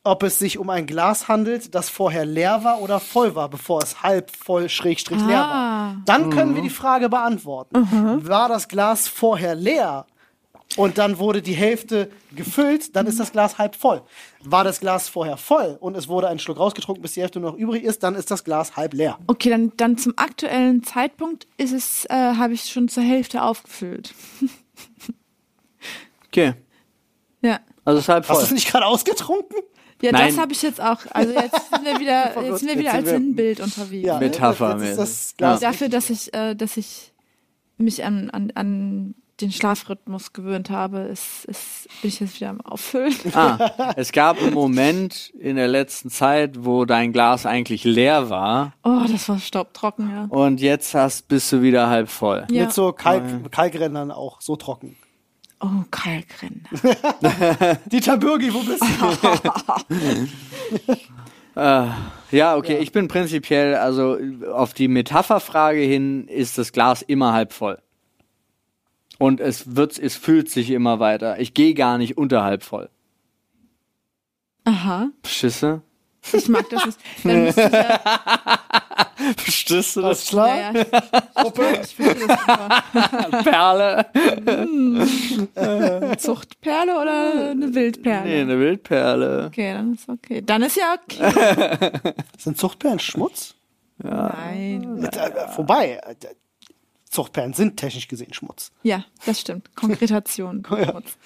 Speaker 2: ob es sich um ein Glas handelt, das vorher leer war oder voll war, bevor es halb voll schrägstrich leer
Speaker 1: Ah.
Speaker 2: war. Dann können wir die Frage beantworten. War das Glas vorher leer und dann wurde die Hälfte gefüllt, dann ist das Glas halb voll. War das Glas vorher voll und es wurde ein Schluck rausgetrunken, bis die Hälfte nur noch übrig ist, dann ist das Glas halb leer.
Speaker 1: Okay, dann, dann zum aktuellen Zeitpunkt ist es, äh, habe ich schon zur Hälfte aufgefüllt.
Speaker 3: Okay.
Speaker 1: Ja.
Speaker 3: Also es ist halb
Speaker 2: Hast du es
Speaker 3: voll.
Speaker 2: nicht gerade ausgetrunken?
Speaker 1: Ja,
Speaker 3: Nein.
Speaker 1: das habe ich jetzt auch. Also jetzt sind wir wieder, jetzt sind wir
Speaker 3: Oh Jetzt
Speaker 1: wieder
Speaker 3: sind
Speaker 1: als
Speaker 3: wir-
Speaker 1: Sinnbild unterwegs.
Speaker 2: Ja, ne?
Speaker 3: Metapher
Speaker 2: das ist das
Speaker 3: mäßig.
Speaker 2: Glas.
Speaker 3: Ja.
Speaker 1: Dafür, dass ich, äh, dass ich mich an, an, an den Schlafrhythmus gewöhnt habe, ist, ist, bin ich jetzt wieder am Auffüllen.
Speaker 3: Ah, es gab einen Moment in der letzten Zeit, wo dein Glas eigentlich leer war
Speaker 1: Oh, das war staubtrocken, ja.
Speaker 3: und jetzt hast, bist du wieder halb voll.
Speaker 1: ja.
Speaker 2: Mit so Kalk, Kalkrändern auch so trocken.
Speaker 1: oh, Kalkränder.
Speaker 2: Dieter Bürgi, wo bist du?
Speaker 3: Ah, Ja, okay, ich bin prinzipiell, also auf die Metapherfrage hin ist das Glas immer halb voll. Und es wird, es füllt sich immer weiter. Ich gehe gar nicht unterhalb voll.
Speaker 1: Aha,
Speaker 3: Schisse?
Speaker 1: ich mag das nicht. Dann müsste ich ja,
Speaker 3: Verstehst du
Speaker 2: Alles
Speaker 3: das?
Speaker 2: klar?
Speaker 1: ja, ja ich, ich finde das super.
Speaker 3: Perle?
Speaker 1: Eine Zuchtperle oder eine Wildperle?
Speaker 3: Nee, eine Wildperle.
Speaker 1: Okay, dann ist okay. Dann ist ja okay.
Speaker 2: Sind Zuchtperlen Schmutz?
Speaker 1: Nein.
Speaker 2: Äh, Vorbei. Äh, Zuchtperlen sind technisch gesehen Schmutz.
Speaker 1: Ja, das stimmt. Konkretation. Schmutz.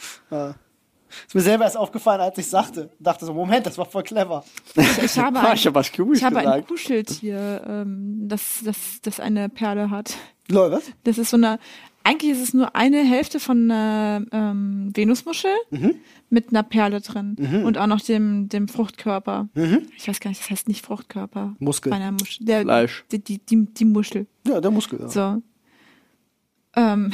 Speaker 2: Ist mir selber erst aufgefallen, als ich sagte. Dachte so, Moment, das war voll clever.
Speaker 1: Ich, ich habe
Speaker 3: Ah,
Speaker 1: ein,
Speaker 3: ich hab was Kluges
Speaker 1: ich habe ein
Speaker 3: gesagt.
Speaker 1: Kuscheltier, ähm, das, das, das eine Perle hat.
Speaker 2: Lol, was?
Speaker 1: Das ist so eine, eigentlich ist es nur eine Hälfte von einer ähm, Venusmuschel
Speaker 3: Mhm.
Speaker 1: mit einer Perle drin und auch noch dem, dem Fruchtkörper.
Speaker 3: Mhm.
Speaker 1: Ich weiß gar nicht, das heißt nicht Fruchtkörper.
Speaker 2: Muskel.
Speaker 1: Bei einer Muschel. Der,
Speaker 3: Fleisch.
Speaker 1: Die, die, die, die Muschel.
Speaker 2: Ja, der Muskel. Ja.
Speaker 1: So. Ähm,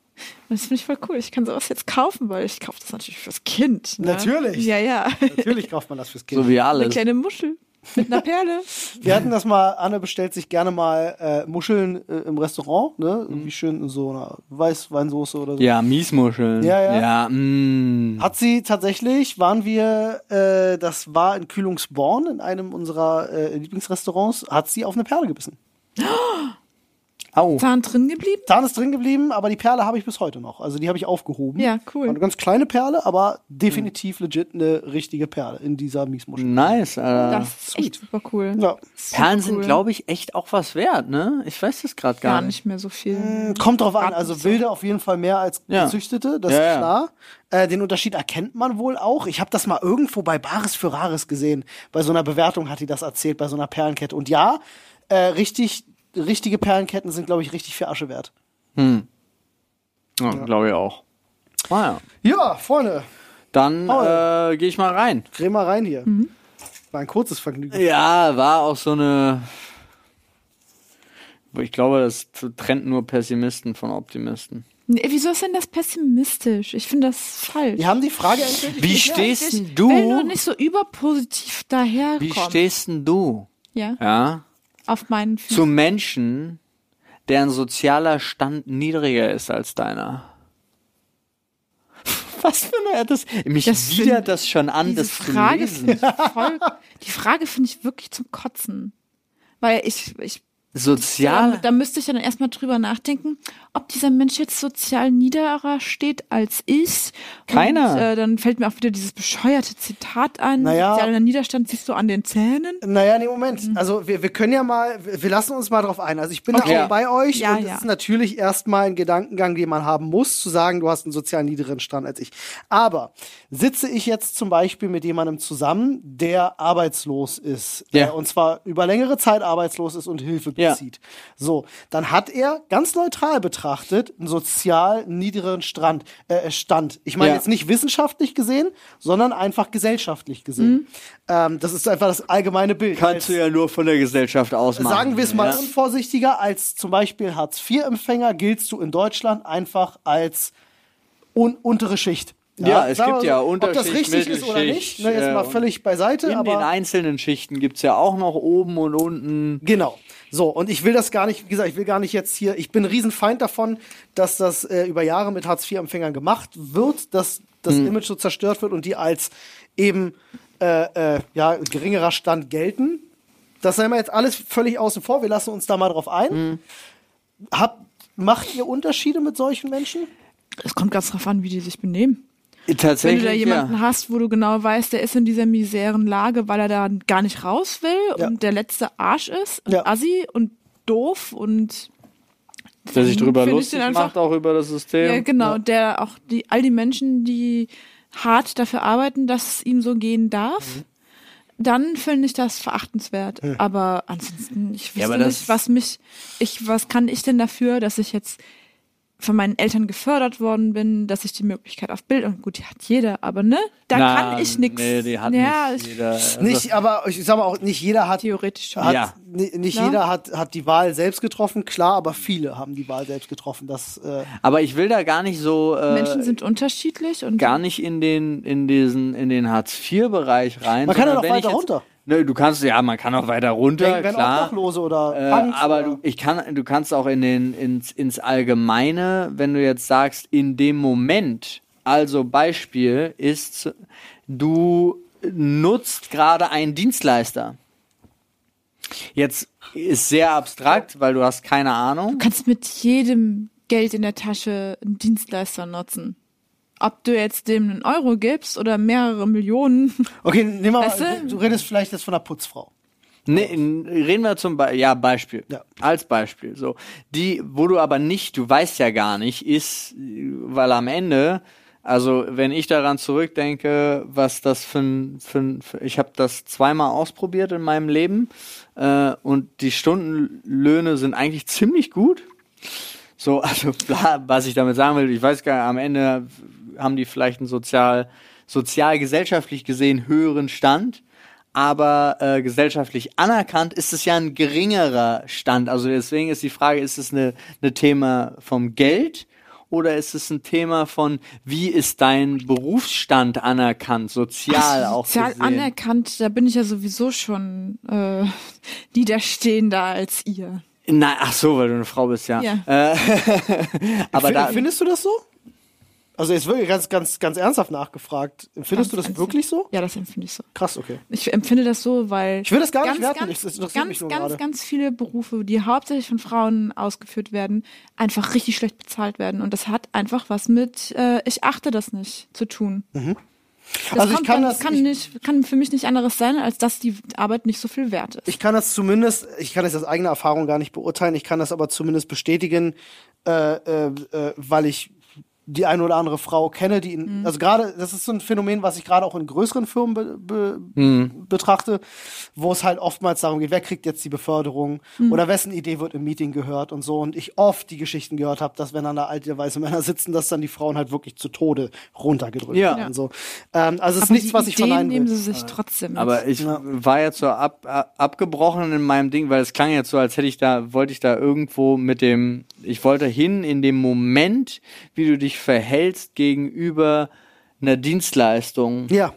Speaker 1: das finde ich voll cool. Ich kann sowas jetzt kaufen, weil ich kaufe das natürlich fürs Kind. Ne?
Speaker 2: Natürlich.
Speaker 1: Ja, ja.
Speaker 2: Natürlich kauft man das fürs Kind.
Speaker 3: So wie
Speaker 1: Eine
Speaker 3: alles.
Speaker 1: kleine Muschel mit einer Perle.
Speaker 2: Wir hatten das mal, Anne bestellt sich gerne mal äh, Muscheln äh, im Restaurant,
Speaker 3: Mhm.
Speaker 2: ne? Irgendwie schön in so einer Weißweinsoße oder so.
Speaker 3: Ja, Miesmuscheln.
Speaker 2: Ja, ja.
Speaker 3: Ja, mm.
Speaker 1: Hm.
Speaker 2: Hat sie tatsächlich, waren wir, äh, das war in Kühlungsborn, in einem unserer äh, Lieblingsrestaurants, hat sie auf eine Perle gebissen.
Speaker 3: Au.
Speaker 1: Zahn drin geblieben?
Speaker 2: Zahn ist drin geblieben, aber die Perle habe ich bis heute noch. Also die habe ich aufgehoben.
Speaker 1: Ja, cool. Hm.
Speaker 2: War Eine ganz kleine Perle, aber definitiv legit eine richtige Perle in dieser Miesmuschel.
Speaker 3: Nice, äh. Alter.
Speaker 1: Das ist echt super cool.
Speaker 2: Ja.
Speaker 3: Ah. Perlen sind,
Speaker 1: cool.
Speaker 3: glaube ich, echt auch was wert, ne? Ich weiß das gerade gar,
Speaker 1: Gar nicht mehr so viel.
Speaker 2: Kommt drauf an, also wilde auf jeden Fall mehr als
Speaker 3: Ja.
Speaker 2: gezüchtete, das
Speaker 3: Ja,
Speaker 2: ist
Speaker 3: ja.
Speaker 2: klar. Äh, den Unterschied erkennt man wohl auch. Ich habe das mal irgendwo bei Bares für Rares gesehen. Bei so einer Bewertung hat die das erzählt, bei so einer Perlenkette. Und ja, äh, richtig, richtige Perlenketten sind, glaube ich, richtig viel Asche wert.
Speaker 3: Ja, Glaube ich auch. Ah, ja.
Speaker 2: Ja, Freunde,
Speaker 3: Dann
Speaker 2: Paul.
Speaker 3: äh, gehe ich mal rein.
Speaker 2: dreh mal rein hier. War ein kurzes Vergnügen.
Speaker 3: Ja, war auch so eine. Ich glaube, das trennt nur Pessimisten von Optimisten.
Speaker 1: Nee, wieso ist denn das pessimistisch? Ich finde das falsch.
Speaker 2: Wir haben die Frage endlich.
Speaker 3: Wie
Speaker 1: Ich-
Speaker 3: stehst denn
Speaker 1: ich will nur
Speaker 3: du?
Speaker 1: nicht so überpositiv
Speaker 3: Wie
Speaker 1: daherkommen.
Speaker 3: stehst denn du?
Speaker 1: Ja,
Speaker 3: Ja.
Speaker 1: auf meinen Füßen.
Speaker 3: Zu Menschen, deren sozialer Stand niedriger ist als deiner. Was für eine das, mich
Speaker 1: Das find-
Speaker 3: widert das schon an,
Speaker 1: Diese
Speaker 3: das zu
Speaker 1: Frage
Speaker 3: lesen.
Speaker 1: finde ich voll, die Frage finde ich wirklich zum Kotzen. Weil ich, ich da,
Speaker 3: Sozial.
Speaker 1: da müsste ich ja dann erstmal drüber nachdenken, ob dieser Mensch jetzt sozial niederer steht als ich. Und,
Speaker 3: Keiner.
Speaker 1: äh, dann fällt mir auch wieder dieses bescheuerte Zitat ein.
Speaker 2: Naja.
Speaker 1: Sozialer Niederstand siehst du an den Zähnen.
Speaker 2: Naja, nee, Moment. Also wir, wir können ja mal, wir wir lassen uns mal drauf ein. Also ich bin
Speaker 3: Okay.
Speaker 2: da
Speaker 3: Ja.
Speaker 2: auch bei euch
Speaker 1: Ja,
Speaker 2: und es
Speaker 1: ja.
Speaker 2: ist natürlich erstmal ein Gedankengang, den man haben muss, zu sagen, du hast einen sozial niedrigeren Stand als ich. Aber sitze ich jetzt zum Beispiel mit jemandem zusammen, der arbeitslos ist
Speaker 3: Ja.
Speaker 2: äh, und zwar über längere Zeit arbeitslos ist und Hilfe
Speaker 3: Ja.
Speaker 2: bezieht. So, dann hat er ganz neutral betrachtet einen sozial niedrigeren Strand, äh, Stand. Ich meine
Speaker 3: Ja.
Speaker 2: jetzt nicht wissenschaftlich gesehen, sondern einfach gesellschaftlich gesehen. Ähm, das ist einfach das allgemeine Bild.
Speaker 3: Mhm. Kannst du ja nur von der Gesellschaft ausmachen.
Speaker 2: Sagen wir es mal
Speaker 3: ja?
Speaker 2: unvorsichtiger, als zum Beispiel Hartz-IV-Empfänger giltst du in Deutschland einfach als un untere Schicht.
Speaker 3: Ja, es
Speaker 2: sagen wir
Speaker 3: gibt ja
Speaker 2: Ob das
Speaker 3: Unterschicht,
Speaker 2: richtig ist oder
Speaker 3: Mittelschicht,
Speaker 2: nicht, ne, jetzt
Speaker 3: äh,
Speaker 2: mal
Speaker 3: und
Speaker 2: völlig beiseite.
Speaker 3: In
Speaker 2: aber
Speaker 3: den einzelnen Schichten gibt's ja auch noch oben und unten.
Speaker 2: Genau. So, und ich will das gar nicht, wie gesagt, ich will gar nicht jetzt hier, ich bin ein Riesenfeind davon, dass das äh, über Jahre mit Hartz-IV-Empfängern gemacht wird, dass das Image so zerstört wird und die als eben äh, äh, ja, geringerer Stand gelten. Das sei mal jetzt alles völlig außen vor, wir lassen uns da mal drauf ein. Habt, macht ihr Unterschiede mit solchen Menschen?
Speaker 1: Es kommt ganz drauf an, wie die sich benehmen. Wenn
Speaker 3: Tatsächlich,
Speaker 1: du da jemanden
Speaker 3: ja.
Speaker 1: hast, wo du genau weißt, der ist in dieser misären Lage, weil er da gar nicht raus will
Speaker 2: Ja.
Speaker 1: und der letzte Arsch ist und
Speaker 2: Ja.
Speaker 1: assi und doof und
Speaker 3: Der sich drüber
Speaker 1: Find ich
Speaker 3: lustig
Speaker 1: den einfach-
Speaker 3: macht, auch über das System.
Speaker 1: Ja, genau. Der auch die, all die Menschen, die hart dafür arbeiten, dass es ihm so gehen darf,
Speaker 3: Mhm.
Speaker 1: dann finde ich das verachtenswert. Aber ansonsten, ich
Speaker 3: Hm. Ja,
Speaker 1: wüsste
Speaker 3: aber das-
Speaker 1: nicht, was mich, ich, was kann ich denn dafür, dass ich jetzt von meinen Eltern gefördert worden bin, dass ich die Möglichkeit auf Bild und gut, die hat jeder, aber ne, da
Speaker 3: Na,
Speaker 1: kann ich nichts.
Speaker 3: Nee, die hat
Speaker 1: ja,
Speaker 3: nicht
Speaker 1: ich-
Speaker 3: jeder. Also,
Speaker 2: nicht, aber ich sag mal auch, nicht jeder hat
Speaker 1: theoretisch schon.
Speaker 2: hat,
Speaker 3: Ja.
Speaker 2: ni- nicht
Speaker 1: Ja.
Speaker 2: jeder hat, hat die Wahl selbst getroffen, klar, aber viele haben die Wahl selbst getroffen. Das äh,
Speaker 3: Aber ich will da gar nicht so äh,
Speaker 1: Menschen sind unterschiedlich und
Speaker 3: gar nicht in den in diesen in den Hartz IV Bereich rein.
Speaker 2: Man kann ja
Speaker 3: sondern
Speaker 2: noch
Speaker 3: wenn ich
Speaker 2: weiter
Speaker 3: jetzt,
Speaker 2: runter.
Speaker 3: Ne, du kannst ja, man kann auch weiter runter,
Speaker 2: Wenn- wenn auch
Speaker 3: klar.
Speaker 2: Obdachlose oder
Speaker 3: Äh,
Speaker 2: Punks
Speaker 3: aber
Speaker 2: oder-
Speaker 3: du, ich kann, du kannst auch in den, ins, ins Allgemeine, wenn du jetzt sagst, in dem Moment, also Beispiel ist, du nutzt gerade einen Dienstleister. Jetzt ist sehr abstrakt, weil du hast keine Ahnung.
Speaker 1: Du kannst mit jedem Geld in der Tasche einen Dienstleister nutzen. Ob du jetzt dem einen Euro gibst oder mehrere Millionen.
Speaker 2: Okay, nehmen wir mal,
Speaker 1: Weißt
Speaker 2: du,
Speaker 1: du?
Speaker 2: redest vielleicht jetzt von einer Putzfrau.
Speaker 3: Nee, n- reden wir zum Beispiel, ja, Beispiel.
Speaker 2: Ja.
Speaker 3: Als Beispiel, so. Die, wo du aber nicht, du weißt ja gar nicht, ist, äh, weil am Ende, also wenn ich daran zurückdenke, was das für ein, für ein für, ich habe das zweimal ausprobiert in meinem Leben äh, und die Stundenlöhne sind eigentlich ziemlich gut. So, also bla, was ich damit sagen will, ich weiß gar nicht, am Ende haben die vielleicht einen sozial, sozial-gesellschaftlich gesehen höheren Stand, aber äh, gesellschaftlich anerkannt ist es ja ein geringerer Stand. Also deswegen ist die Frage, ist es eine, eine Thema vom Geld? Oder ist es ein Thema von, wie ist dein Berufsstand anerkannt, sozial auch
Speaker 1: Sozial
Speaker 3: gesehen?
Speaker 1: anerkannt, da bin ich ja sowieso schon äh, niederstehender als ihr.
Speaker 3: Nein, ach so, weil du eine Frau bist, ja.
Speaker 1: Ja.
Speaker 3: Äh, aber
Speaker 2: Fin-
Speaker 3: da,
Speaker 2: Findest du das so? Also jetzt wirklich ganz, ganz, ganz ernsthaft nachgefragt. Empfindest du das
Speaker 1: ernsthaft.
Speaker 2: wirklich so?
Speaker 1: Ja, das empfinde ich so.
Speaker 2: Krass, okay.
Speaker 1: Ich empfinde das so, weil
Speaker 2: Ich will das gar nicht
Speaker 1: ganz,
Speaker 2: werten.
Speaker 1: ganz,
Speaker 2: Ich- es interessiert
Speaker 1: ganz,
Speaker 2: mich nur
Speaker 1: ganz,
Speaker 2: gerade.
Speaker 1: ganz viele Berufe, die hauptsächlich von Frauen ausgeführt werden, einfach richtig schlecht bezahlt werden. Und das hat einfach was mit äh, ich achte das nicht zu tun. Das
Speaker 2: Mhm. Also ich
Speaker 1: kommt
Speaker 2: kann
Speaker 1: bei-
Speaker 2: das-
Speaker 1: kann
Speaker 2: ich-
Speaker 1: nicht, kann für mich nicht anderes sein, als dass die Arbeit nicht so viel wert ist.
Speaker 2: Ich kann das zumindest, ich kann das aus eigener Erfahrung gar nicht beurteilen, ich kann das aber zumindest bestätigen, äh, äh, äh, weil ich die eine oder andere Frau kenne, die in,
Speaker 1: Mhm.
Speaker 2: also gerade, das ist so ein Phänomen, was ich gerade auch in größeren Firmen be, be, betrachte, wo es halt oftmals darum geht, wer kriegt jetzt die Beförderung
Speaker 1: Mhm.
Speaker 2: oder wessen Idee wird im Meeting gehört und so. Und ich oft die Geschichten gehört habe, dass wenn dann da alte weiße Männer sitzen, dass dann die Frauen halt wirklich zu Tode runtergedrückt
Speaker 3: Ja.
Speaker 2: werden. So. Ähm, also es ist
Speaker 1: Aber
Speaker 2: nichts,
Speaker 1: die
Speaker 2: was ich
Speaker 1: Ideen
Speaker 2: verneinen
Speaker 1: nehmen
Speaker 2: will.
Speaker 1: sie sich trotzdem. mit.
Speaker 3: Aber ich war jetzt so ab, ab, abgebrochen in meinem Ding, weil es klang jetzt so, als hätte ich da, wollte ich da irgendwo mit dem, ich wollte hin in dem Moment, wie du dich verhältst gegenüber einer Dienstleistung.
Speaker 2: Ja.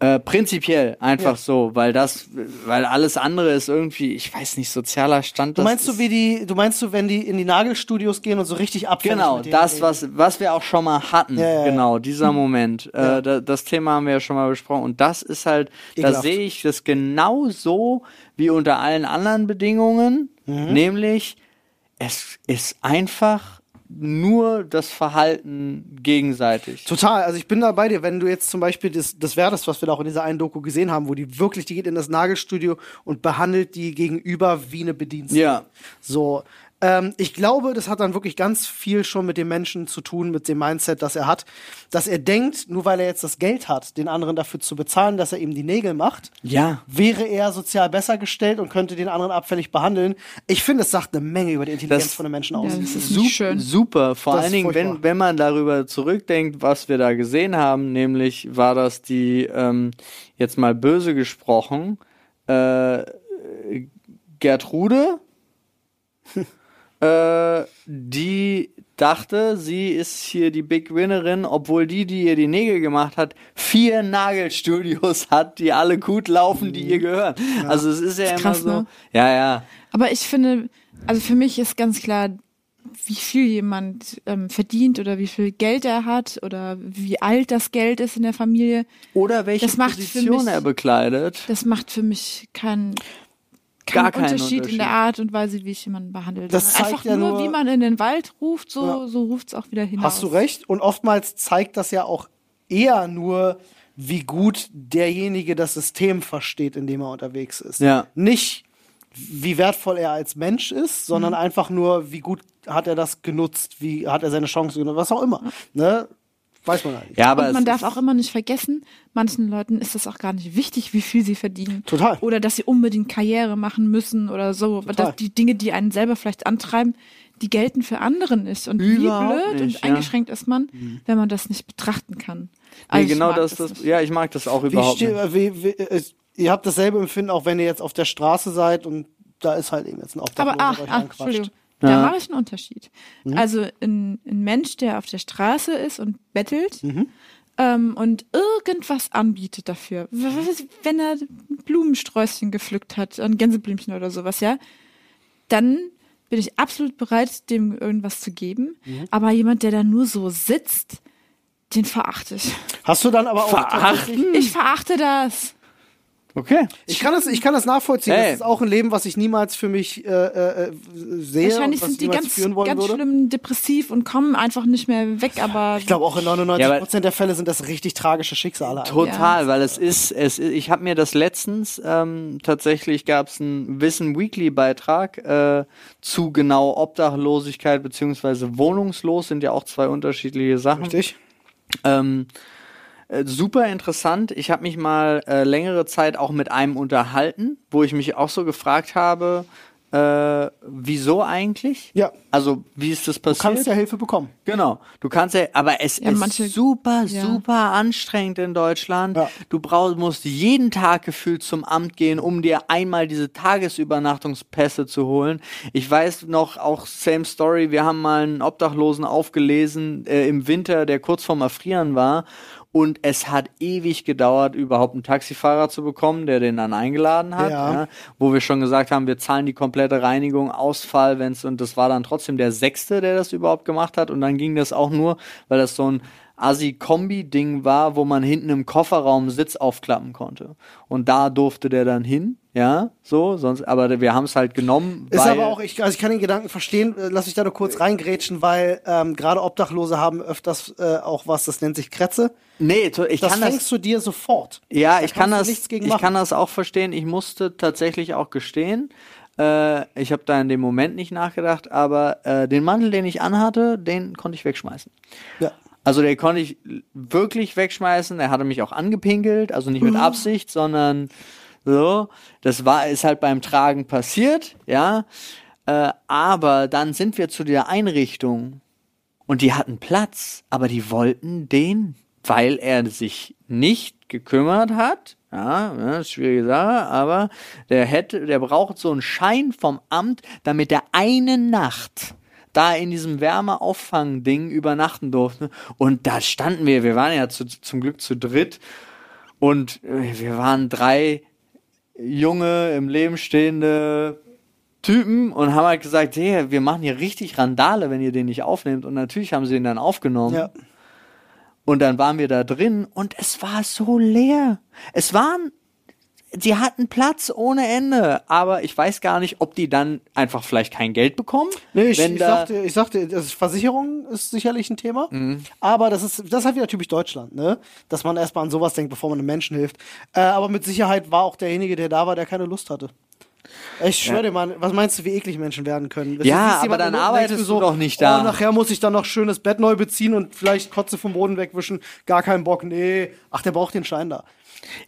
Speaker 3: Äh, prinzipiell einfach
Speaker 2: Ja.
Speaker 3: so, weil das, weil alles andere ist irgendwie, ich weiß nicht, sozialer Stand.
Speaker 2: Du
Speaker 3: das
Speaker 2: meinst
Speaker 3: ist,
Speaker 2: du, wie die, du meinst du, wenn die in die Nagelstudios gehen und so richtig abfällig
Speaker 3: Genau,
Speaker 2: mit denen
Speaker 3: das,
Speaker 2: reden?
Speaker 3: was, was wir auch schon mal hatten.
Speaker 2: Ja, Hm. ja, ja.
Speaker 3: Genau, dieser Moment. Äh, da, das Thema haben wir ja schon mal besprochen. Und das ist halt, da
Speaker 2: Ekelhaft.
Speaker 3: sehe ich das genauso wie unter allen anderen Bedingungen.
Speaker 2: Mhm.
Speaker 3: Nämlich, es ist einfach nur das Verhalten gegenseitig.
Speaker 2: Total, also ich bin da bei dir, wenn du jetzt zum Beispiel das, das wäre das, was wir da auch in dieser einen Doku gesehen haben, wo die wirklich, die geht in das Nagelstudio und behandelt die gegenüber wie eine Bedienstete.
Speaker 3: Ja.
Speaker 2: So. Ähm, ich glaube, das hat dann wirklich ganz viel schon mit dem Menschen zu tun, mit dem Mindset, das er hat, dass er denkt, nur weil er jetzt das Geld hat, den anderen dafür zu bezahlen, dass er ihm die Nägel macht,
Speaker 3: Ja.
Speaker 2: wäre er sozial besser gestellt und könnte den anderen abfällig behandeln. Ich finde, es sagt eine Menge über die Intelligenz
Speaker 3: Das-
Speaker 2: von einem Menschen aus.
Speaker 1: Ja, das ist
Speaker 3: Sup-
Speaker 1: nicht schön.
Speaker 3: Super, vor
Speaker 2: Das
Speaker 3: allen
Speaker 2: ist
Speaker 3: Dingen, wenn,
Speaker 2: furchtbar.
Speaker 3: wenn man darüber zurückdenkt, was wir da gesehen haben, nämlich war das die, ähm, jetzt mal böse gesprochen, äh, Gertrude, äh, die dachte, sie ist hier die Big Winnerin, obwohl die, die ihr die Nägel gemacht hat, vier Nagelstudios hat, die alle gut laufen, die ihr gehören. Also es ist ja immer
Speaker 1: krass,
Speaker 3: so.
Speaker 1: ne?
Speaker 3: Ja, ja.
Speaker 1: Aber ich finde, also für mich ist ganz klar, wie viel jemand ähm, verdient oder wie viel Geld er hat oder wie alt das Geld ist in der Familie,
Speaker 3: Oder welche
Speaker 1: Das macht für
Speaker 3: Position
Speaker 1: mich-
Speaker 3: er bekleidet.
Speaker 1: das macht für mich keinen keinen
Speaker 3: Gar keinen
Speaker 1: Unterschied, in
Speaker 3: Unterschied.
Speaker 1: der Art und Weise, wie ich jemanden behandle.
Speaker 2: Das
Speaker 1: sondern
Speaker 2: zeigt
Speaker 1: Einfach
Speaker 2: ja
Speaker 1: nur,
Speaker 2: nur-
Speaker 1: wie man in den Wald ruft, so,
Speaker 2: Ja.
Speaker 1: so ruft es auch wieder hinaus.
Speaker 2: Hast du recht. Und oftmals zeigt das ja auch eher nur, wie gut derjenige das System versteht, in dem er unterwegs ist.
Speaker 3: Ja.
Speaker 2: Nicht, wie wertvoll er als Mensch ist, sondern
Speaker 1: Mhm.
Speaker 2: einfach nur, wie gut hat er das genutzt, wie hat er seine Chancen genutzt, was auch immer. Ne? Weiß man halt nicht.
Speaker 3: Ja, aber
Speaker 1: und man
Speaker 3: es
Speaker 1: darf
Speaker 3: ist-
Speaker 1: auch immer nicht vergessen, manchen Leuten ist das auch gar nicht wichtig, wie viel sie verdienen.
Speaker 2: Total.
Speaker 1: Oder dass sie unbedingt Karriere machen müssen oder so.
Speaker 2: Total.
Speaker 1: Dass die Dinge, die einen selber vielleicht antreiben, die gelten für andere nicht. Und
Speaker 3: Überhaupt
Speaker 1: wie blöd
Speaker 3: nicht,
Speaker 1: und
Speaker 3: ja. Mhm.
Speaker 1: eingeschränkt ist man, wenn man das nicht betrachten kann.
Speaker 3: Nee,
Speaker 1: Also ich
Speaker 3: genau
Speaker 1: mag
Speaker 3: das, das,
Speaker 1: nicht.
Speaker 3: ja, ich mag das auch
Speaker 2: Wie
Speaker 3: überhaupt
Speaker 2: ste-
Speaker 3: nicht.
Speaker 2: wie, wie, äh, ihr habt dasselbe Empfinden, auch wenn ihr jetzt auf der Straße seid und da ist halt eben jetzt ein Obdachloser,
Speaker 1: Aber ah,
Speaker 2: der euch
Speaker 1: ah
Speaker 2: anquatscht.
Speaker 1: Entschuldigung.
Speaker 3: Ja.
Speaker 1: Da mache ich einen Unterschied.
Speaker 2: Hm?
Speaker 1: Also ein, ein Mensch, der auf der Straße ist und bettelt
Speaker 2: Mhm.
Speaker 1: ähm, und irgendwas anbietet dafür. W- w- was- Wenn er ein Blumensträußchen gepflückt hat, ein Gänseblümchen oder sowas, ja, dann bin ich absolut bereit, dem irgendwas zu geben.
Speaker 2: Mhm.
Speaker 1: Aber jemand, der da nur so sitzt, den verachte ich.
Speaker 2: Hast du dann aber auch tatsächlich-
Speaker 1: Ich verachte das.
Speaker 3: Okay.
Speaker 2: Ich kann das, ich kann das nachvollziehen.
Speaker 3: Hey.
Speaker 2: Das ist auch ein Leben, was ich niemals für mich äh, äh, äh, sehe
Speaker 1: Wahrscheinlich
Speaker 2: und was
Speaker 1: sind
Speaker 2: ich
Speaker 1: die
Speaker 2: niemals
Speaker 1: ganz,
Speaker 2: führen wollen
Speaker 1: ganz
Speaker 2: würde.
Speaker 1: schlimm depressiv und kommen einfach nicht mehr weg, aber
Speaker 2: Ich glaube, auch in 99
Speaker 3: Ja, aber-
Speaker 2: Prozent der Fälle sind das richtig tragische Schicksale. eigentlich.
Speaker 3: Total, weil es ist, es ist, ich habe mir das letztens ähm, tatsächlich gab es einen Wissen Weekly Beitrag äh, zu genau Obdachlosigkeit beziehungsweise wohnungslos sind ja auch zwei unterschiedliche Sachen.
Speaker 2: Richtig?
Speaker 3: Ähm, äh, super interessant. Ich habe mich mal äh, längere Zeit auch mit einem unterhalten, wo ich mich auch so gefragt habe, äh, wieso eigentlich?
Speaker 2: Ja.
Speaker 3: Also wie ist das
Speaker 2: Du
Speaker 3: passiert?
Speaker 2: kannst ja Hilfe bekommen.
Speaker 3: Genau. Du kannst ja, aber es
Speaker 1: Ja,
Speaker 3: ist
Speaker 1: manche-
Speaker 3: super,
Speaker 1: ja.
Speaker 3: super anstrengend in Deutschland.
Speaker 2: Ja.
Speaker 3: Du brauchst, musst jeden Tag gefühlt zum Amt gehen, um dir einmal diese Tagesübernachtungspässe zu holen. Ich weiß noch, auch same story, wir haben mal einen Obdachlosen aufgelesen äh, im Winter, der kurz vorm Erfrieren war. Und es hat ewig gedauert, überhaupt einen Taxifahrer zu bekommen, der den dann eingeladen hat.
Speaker 2: Ja.
Speaker 3: Ja, wo wir schon gesagt haben, wir zahlen die komplette Reinigung, Ausfall, wenn's und das war dann trotzdem der Sechste, der das überhaupt gemacht hat. Und dann ging das auch nur, weil das so ein Assi-Kombi-Ding war, wo man hinten im Kofferraum Sitz aufklappen konnte. Und da durfte der dann hin, ja, so, sonst, aber wir haben es halt genommen.
Speaker 2: Ist
Speaker 3: weil,
Speaker 2: aber auch, ich, also ich kann den Gedanken verstehen, äh, lass mich da nur kurz reingrätschen, weil ähm, gerade Obdachlose haben öfters äh, auch was, das nennt sich Kretze.
Speaker 3: Nee, to- ich
Speaker 2: Das
Speaker 3: kann das.
Speaker 2: fängst du dir sofort.
Speaker 3: Ja,
Speaker 2: Da
Speaker 3: ich kann
Speaker 2: kannst du
Speaker 3: das.
Speaker 2: nichts gegen
Speaker 3: ich
Speaker 2: machen.
Speaker 3: kann das auch verstehen. Ich musste tatsächlich auch gestehen. Äh, ich habe da in dem Moment nicht nachgedacht, aber äh, den Mantel, den ich anhatte, den konnte ich wegschmeißen.
Speaker 2: Ja.
Speaker 3: Also den konnte ich wirklich wegschmeißen. Er hatte mich auch angepinkelt, also nicht mit Absicht, sondern so. Das war ist halt beim Tragen passiert, ja. Äh, aber dann sind wir zu der Einrichtung und die hatten Platz, aber die wollten den, weil er sich nicht gekümmert hat. Ja, ja ist schwierige Sache, aber der hätte, der braucht so einen Schein vom Amt, damit er eine Nacht da in diesem Wärmeauffang-Ding übernachten durfte. Und da standen wir, wir waren ja zu, zum Glück zu dritt und äh, wir waren drei junge, im Leben stehende Typen und haben halt gesagt, hey, wir machen hier richtig Randale, wenn ihr den nicht aufnehmt. Und natürlich haben sie ihn dann aufgenommen.
Speaker 2: Ja.
Speaker 3: Und dann waren wir da drin und es war so leer. Es waren, sie hatten Platz ohne Ende. Aber ich weiß gar nicht, ob die dann einfach vielleicht kein Geld bekommen.
Speaker 2: Nee, ich,
Speaker 3: wenn
Speaker 2: ich,
Speaker 3: da-
Speaker 2: sagte, ich sagte, das ist- Versicherung ist sicherlich ein Thema,
Speaker 3: Mhm.
Speaker 2: aber das ist, das ist halt wieder typisch Deutschland, ne? Dass man erstmal an sowas denkt, bevor man einem Menschen hilft. Äh, aber mit Sicherheit war auch derjenige, der da war, der keine Lust hatte. Ich schwöre dir, Mann, was meinst du, wie eklig Menschen werden können?
Speaker 3: Ja,
Speaker 2: Du siehst
Speaker 3: aber
Speaker 2: jemanden
Speaker 3: dann
Speaker 2: und denkst
Speaker 3: arbeitest
Speaker 2: mir
Speaker 3: du doch nicht da.
Speaker 2: Oh, nachher muss ich dann noch schönes Bett neu beziehen und vielleicht Kotze vom Boden wegwischen. Gar keinen Bock, nee. Ach, der braucht den Schein da.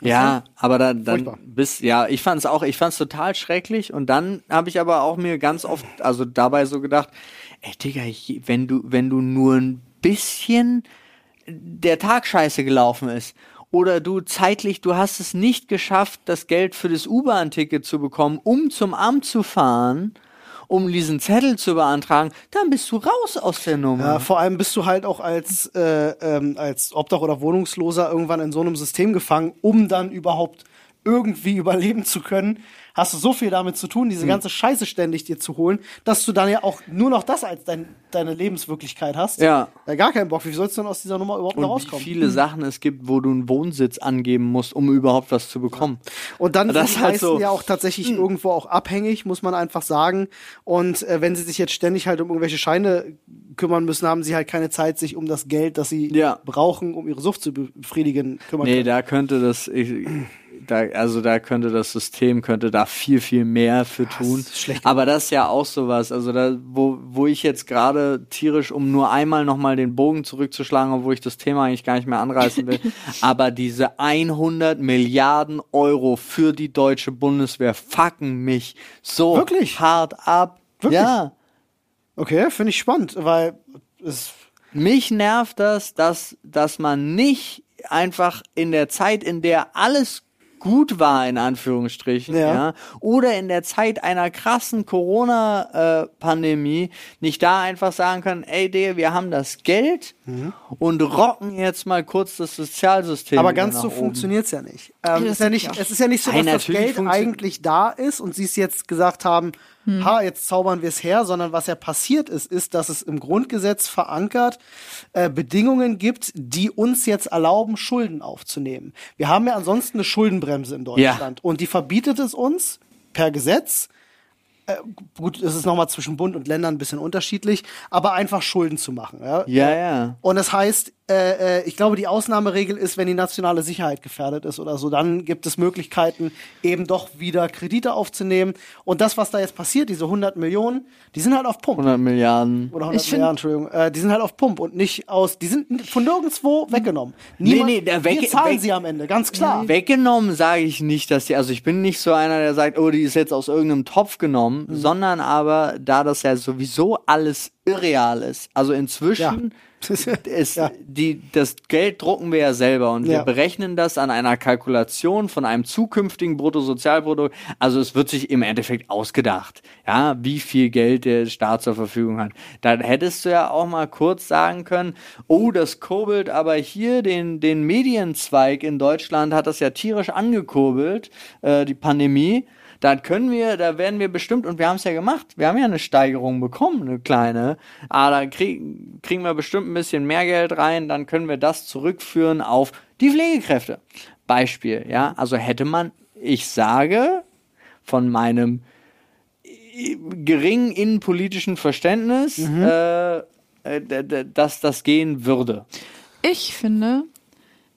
Speaker 3: Ja, aber da, dann
Speaker 2: Furchtbar.
Speaker 3: bis ja, ich fand's auch, ich fand's total schrecklich und dann habe ich aber auch mir ganz oft, also dabei so gedacht, ey Digga, ich, wenn du wenn du nur ein bisschen der Tag scheiße gelaufen ist oder du zeitlich, du hast es nicht geschafft, das Geld für das U-Bahn-Ticket zu bekommen, um zum Amt zu fahren, um diesen Zettel zu beantragen, dann bist du raus aus der Nummer.
Speaker 2: Ja, vor allem bist du halt auch als, äh, ähm, als Obdach- oder Wohnungsloser irgendwann in so einem System gefangen, um dann überhaupt irgendwie überleben zu können. Hast du so viel damit zu tun,
Speaker 3: Mhm.
Speaker 2: diese ganze Scheiße ständig dir zu holen, dass du dann ja auch nur noch das als dein, deine Lebenswirklichkeit hast.
Speaker 3: Ja.
Speaker 2: ja. Gar keinen Bock. Wie sollst du denn aus dieser Nummer überhaupt noch
Speaker 3: und wie
Speaker 2: rauskommen? Mhm.
Speaker 3: viele Sachen es gibt, wo du einen Wohnsitz angeben musst, um überhaupt was zu bekommen.
Speaker 2: Und dann
Speaker 3: Das
Speaker 2: sind
Speaker 3: ist
Speaker 2: die
Speaker 3: halt
Speaker 2: meisten
Speaker 3: so.
Speaker 2: ja auch tatsächlich irgendwo auch abhängig, muss man einfach sagen. Und äh, wenn sie sich jetzt ständig halt um irgendwelche Scheine kümmern müssen, haben sie halt keine Zeit, sich um das Geld, das sie
Speaker 3: Ja.
Speaker 2: brauchen, um ihre Sucht zu befriedigen, kümmern.
Speaker 3: Nee,
Speaker 2: Nee,
Speaker 3: da könnte das, ich, da, also da könnte das System könnte da viel viel mehr für tun.
Speaker 2: ist schlecht.
Speaker 3: Aber das ist ja auch sowas, also da, wo wo ich jetzt gerade tierisch, um nur einmal noch mal den Bogen zurückzuschlagen, obwohl ich das Thema eigentlich gar nicht mehr anreißen will, aber diese 100 Milliarden Euro für die deutsche Bundeswehr fucken mich so
Speaker 2: Wirklich?
Speaker 3: hart ab.
Speaker 2: Wirklich?
Speaker 3: Ja.
Speaker 2: okay, finde ich spannend, weil es
Speaker 3: Mich nervt das, dass, dass man nicht einfach in der Zeit, in der alles gut war, in Anführungsstrichen, ja.
Speaker 2: Ja.
Speaker 3: oder in der Zeit einer krassen Corona-Pandemie nicht da einfach sagen kann, ey, Digga, wir haben das Geld und rocken jetzt mal kurz das Sozialsystem.
Speaker 2: Mhm. aber
Speaker 3: wieder
Speaker 2: ganz
Speaker 3: nach
Speaker 2: so
Speaker 3: oben.
Speaker 2: funktioniert's ja nicht.
Speaker 1: Ja,
Speaker 2: Ähm,
Speaker 1: das
Speaker 2: ist ja
Speaker 1: stimmt
Speaker 2: nicht.
Speaker 1: ja.
Speaker 2: Es ist ja nicht so, dass
Speaker 3: Nein,
Speaker 2: das
Speaker 3: natürlich
Speaker 2: Geld
Speaker 3: funktio-
Speaker 2: eigentlich da ist und sie es jetzt gesagt haben,
Speaker 1: Hm.
Speaker 2: ha, jetzt zaubern wir es her, sondern was ja passiert ist, ist, dass es im Grundgesetz verankert äh, Bedingungen gibt, die uns jetzt erlauben, Schulden aufzunehmen. Wir haben ja ansonsten eine Schuldenbremse in Deutschland und die verbietet es uns per Gesetz äh, gut, es ist nochmal zwischen Bund und Ländern ein bisschen unterschiedlich, aber einfach Schulden zu machen. Ja?
Speaker 3: Ja, ja.
Speaker 2: Und das heißt, äh, äh, ich glaube, die Ausnahmeregel ist, wenn die nationale Sicherheit gefährdet ist oder so, dann gibt es Möglichkeiten, eben doch wieder Kredite aufzunehmen. Und das, was da jetzt passiert, diese 100 Millionen, die sind halt auf Pump.
Speaker 3: 100 Milliarden.
Speaker 2: Oder
Speaker 1: Ich
Speaker 2: 100
Speaker 1: find-
Speaker 2: Milliarden, Entschuldigung. Äh, die sind halt auf Pump und nicht aus, die sind von nirgendwo weggenommen. Niemand,
Speaker 3: nee, der weg-
Speaker 2: wir zahlen
Speaker 3: weg-
Speaker 2: sie am Ende, ganz klar.
Speaker 3: Weggenommen sage ich nicht, dass die, also ich bin nicht so einer, der sagt, oh, die ist jetzt aus irgendeinem Topf genommen, sondern aber, da das ja sowieso alles irreal ist, also inzwischen es,
Speaker 2: Ja.
Speaker 3: die, das Geld drucken wir ja selber und
Speaker 2: Ja.
Speaker 3: wir berechnen das an einer Kalkulation von einem zukünftigen Bruttosozialprodukt. Also es wird sich im Endeffekt ausgedacht, ja, wie viel Geld der Staat zur Verfügung hat. Dann hättest du ja auch mal kurz sagen können, oh, das kurbelt aber hier den, den Medienzweig in Deutschland hat das ja tierisch angekurbelt, äh, die Pandemie. Da können wir, da werden wir bestimmt, und wir haben es ja gemacht, wir haben ja eine Steigerung bekommen, eine kleine. Ah, da krieg, kriegen wir bestimmt ein bisschen mehr Geld rein, dann können wir das zurückführen auf die Pflegekräfte. Beispiel, ja. Also hätte man, ich sage, von meinem äh, geringen innenpolitischen Verständnis, äh, äh, d- d- dass das gehen würde.
Speaker 1: Ich finde,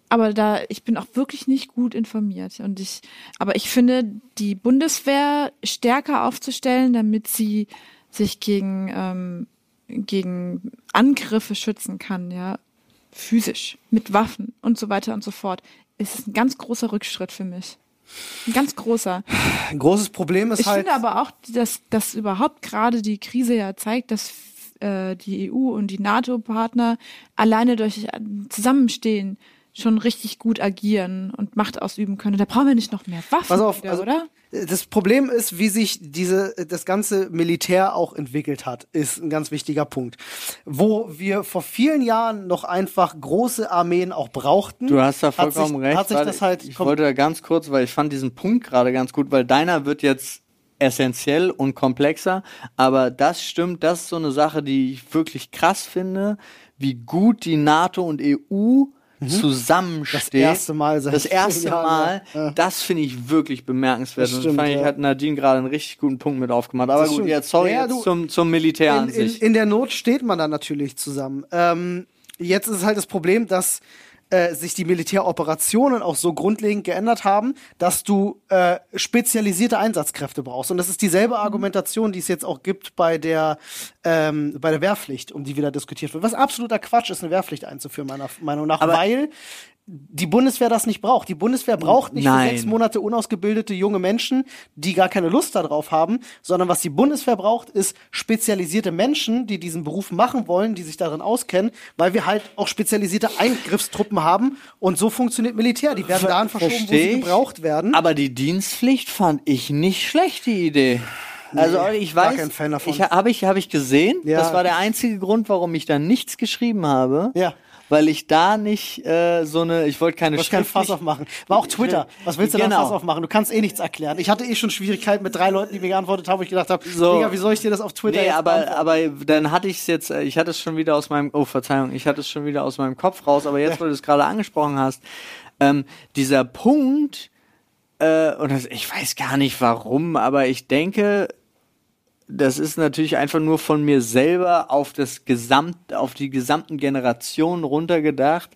Speaker 1: aber da ich bin auch wirklich nicht gut informiert und ich, aber ich finde, die Bundeswehr stärker aufzustellen, damit sie sich gegen ähm, gegen Angriffe schützen kann, ja, physisch mit Waffen und so weiter und so fort, ist ein ganz großer Rückschritt für mich. Ein ganz großer.
Speaker 2: Ein großes Problem ist
Speaker 1: Ich
Speaker 2: halt.
Speaker 1: finde aber auch, dass, dass überhaupt gerade die Krise ja zeigt, dass äh, die EU und die NATO-Partner alleine durch äh, Zusammenstehen schon richtig gut agieren und Macht ausüben können. Da brauchen wir nicht noch mehr Waffen,
Speaker 2: Pass auf,
Speaker 1: wieder,
Speaker 2: also,
Speaker 1: oder?
Speaker 2: Das Problem ist, wie sich diese, das ganze Militär auch entwickelt hat, ist ein ganz wichtiger Punkt. Wo wir vor vielen Jahren noch einfach große Armeen auch brauchten.
Speaker 3: Du hast da vollkommen
Speaker 2: hat sich,
Speaker 3: recht.
Speaker 2: Hat sich
Speaker 3: weil
Speaker 2: das halt
Speaker 3: ich
Speaker 2: kom-
Speaker 3: wollte da ganz kurz, weil ich fand diesen Punkt gerade ganz gut, weil deiner wird jetzt essentiell und komplexer, aber das stimmt, das ist so eine Sache, die ich wirklich krass finde, wie gut die NATO und EU zusammenstehen.
Speaker 2: Das Mhm. erste Mal seit
Speaker 3: Das
Speaker 2: vielen
Speaker 3: erste
Speaker 2: Jahren,
Speaker 3: Mal,
Speaker 2: ja. Ja.
Speaker 3: das finde ich wirklich bemerkenswert.
Speaker 2: Das
Speaker 3: und
Speaker 2: stimmt,
Speaker 3: fand ich,
Speaker 2: ja.
Speaker 3: hat Nadine gerade einen richtig guten Punkt mit aufgemacht. Aber
Speaker 2: Das
Speaker 3: gut,
Speaker 2: stimmt.
Speaker 3: jetzt sorry
Speaker 2: Ja,
Speaker 3: jetzt
Speaker 2: du,
Speaker 3: zum, zum Militär an
Speaker 2: in, in,
Speaker 3: sich.
Speaker 2: in der Not steht man dann natürlich zusammen. Ähm, jetzt ist halt das Problem, dass äh, sich die Militäroperationen auch so grundlegend geändert haben, dass du äh, spezialisierte Einsatzkräfte brauchst. Und das ist dieselbe Argumentation, die es jetzt auch gibt bei der, ähm, bei der Wehrpflicht, um die wieder diskutiert wird. Was absoluter Quatsch ist, eine Wehrpflicht einzuführen, meiner Meinung nach, weil die Bundeswehr das nicht braucht. Die Bundeswehr braucht nicht
Speaker 3: Nein.
Speaker 2: für sechs Monate unausgebildete junge Menschen, die gar keine Lust darauf haben, sondern was die Bundeswehr braucht, ist spezialisierte Menschen, die diesen Beruf machen wollen, die sich darin auskennen, weil wir halt auch spezialisierte Eingriffstruppen haben und so funktioniert Militär. Die werden dahin verschoben,
Speaker 3: versteh
Speaker 2: wo sie
Speaker 3: ich.
Speaker 2: gebraucht werden.
Speaker 3: Aber die Dienstpflicht fand ich nicht schlecht, die Idee. Also
Speaker 2: Nee,
Speaker 3: ich
Speaker 2: gar
Speaker 3: weiß,
Speaker 2: kein Fan davon.
Speaker 3: ich habe ich habe ich gesehen.
Speaker 2: Ja.
Speaker 3: Das war der einzige Grund, warum ich da nichts geschrieben habe.
Speaker 2: Ja.
Speaker 3: Weil ich da nicht äh, so eine, ich wollte keine
Speaker 2: Du musst kein Fass
Speaker 3: schriftlich-
Speaker 2: aufmachen. War auch Twitter. Was willst du da
Speaker 3: Genau.
Speaker 2: Fass aufmachen? Du kannst eh nichts erklären. Ich hatte eh schon Schwierigkeiten mit drei Leuten, die mir geantwortet haben, wo ich gedacht habe,
Speaker 3: So.
Speaker 2: Digga, wie soll ich dir das auf Twitter
Speaker 3: Nee,
Speaker 2: jetzt
Speaker 3: aber,
Speaker 2: beantworten?
Speaker 3: aber dann hatte ich es jetzt, äh, ich hatte es schon wieder aus meinem, oh Verzeihung, ich hatte es schon wieder aus meinem Kopf raus, aber jetzt, wo du es gerade angesprochen hast, ähm, dieser Punkt, äh, und das, ich weiß gar nicht warum, aber ich denke, das ist natürlich einfach nur von mir selber auf das Gesamt, auf die gesamten Generationen runtergedacht,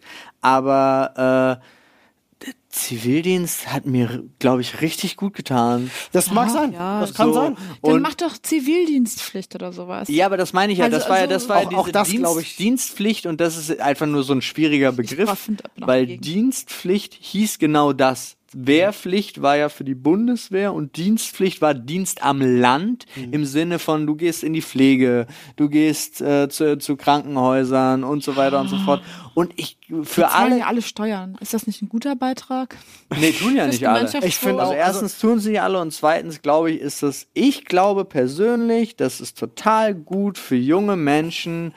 Speaker 3: aber äh, der Zivildienst hat mir, glaube ich, richtig gut getan.
Speaker 2: Das mag
Speaker 1: Ja,
Speaker 2: sein.
Speaker 1: ja,
Speaker 2: das kann
Speaker 3: so.
Speaker 2: sein.
Speaker 1: Dann
Speaker 3: und-
Speaker 1: mach doch Zivildienstpflicht oder sowas.
Speaker 3: Ja, aber das meine ich ja.
Speaker 1: Also-
Speaker 3: das war ja,
Speaker 1: also-
Speaker 3: das war
Speaker 2: Auch-
Speaker 3: ja
Speaker 2: auch
Speaker 3: diese
Speaker 2: das,
Speaker 3: Dienst,
Speaker 2: glaub ich.
Speaker 3: Dienstpflicht und das ist einfach nur so ein schwieriger Begriff,
Speaker 1: brauch- find- bin auch
Speaker 3: weil
Speaker 1: dagegen.
Speaker 3: Dienstpflicht hieß genau das. Wehrpflicht war ja für die Bundeswehr und Dienstpflicht war Dienst am Land im Sinne von du gehst in die Pflege, du gehst äh, zu, zu Krankenhäusern und so weiter
Speaker 2: Ah.
Speaker 3: und so fort. Und ich für
Speaker 1: Zahlen
Speaker 3: alle,
Speaker 1: ja alle Steuern. Ist das nicht ein guter Beitrag?
Speaker 3: nee tun ja
Speaker 1: Fürs
Speaker 3: nicht alle.
Speaker 1: Gemeinschafts-
Speaker 2: Ich finde
Speaker 3: Also
Speaker 2: auch, also,
Speaker 3: erstens tun sie alle und zweitens glaube ich, ist es, ich glaube persönlich, das ist total gut für junge Menschen,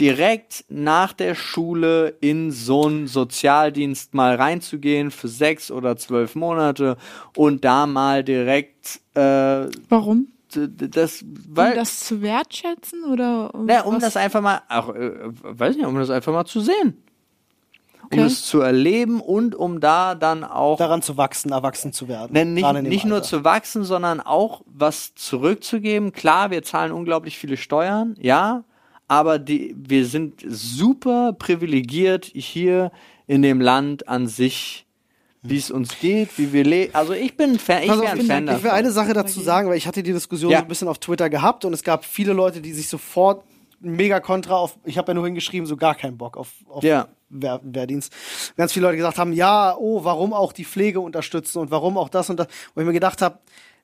Speaker 3: direkt nach der Schule in so einen Sozialdienst mal reinzugehen für sechs oder zwölf Monate und da mal direkt äh,
Speaker 1: Warum?
Speaker 3: d- d- das,
Speaker 1: Um
Speaker 3: weil,
Speaker 1: das zu wertschätzen oder um,
Speaker 3: na, um
Speaker 1: was?
Speaker 3: das einfach mal, auch, äh, weiß nicht, um das einfach mal zu sehen. Um
Speaker 1: Okay.
Speaker 3: es zu erleben und um da dann auch
Speaker 2: daran zu wachsen, erwachsen zu werden.
Speaker 3: Nein, nicht,
Speaker 2: Gerade in dem
Speaker 3: nicht nur
Speaker 2: Alter.
Speaker 3: zu wachsen, sondern auch was zurückzugeben. Klar, wir zahlen unglaublich viele Steuern, ja, aber die, wir sind super privilegiert hier in dem Land an sich, wie es uns geht, wie wir leben. Also ich bin ein Fan, ich
Speaker 2: Pass
Speaker 3: wäre
Speaker 2: auf,
Speaker 3: ein
Speaker 2: ich,
Speaker 3: Fan
Speaker 2: ich will
Speaker 3: davon.
Speaker 2: eine Sache dazu sagen, weil ich hatte die Diskussion
Speaker 3: Ja.
Speaker 2: so ein bisschen auf Twitter gehabt und es gab viele Leute, die sich sofort mega kontra auf, ich habe ja nur hingeschrieben, so gar keinen Bock auf, auf
Speaker 3: Ja.
Speaker 2: Wehr, Wehrdienst. Ganz viele Leute gesagt haben, ja, oh, warum auch die Pflege unterstützen und warum auch das und das. Wo ich mir gedacht habe,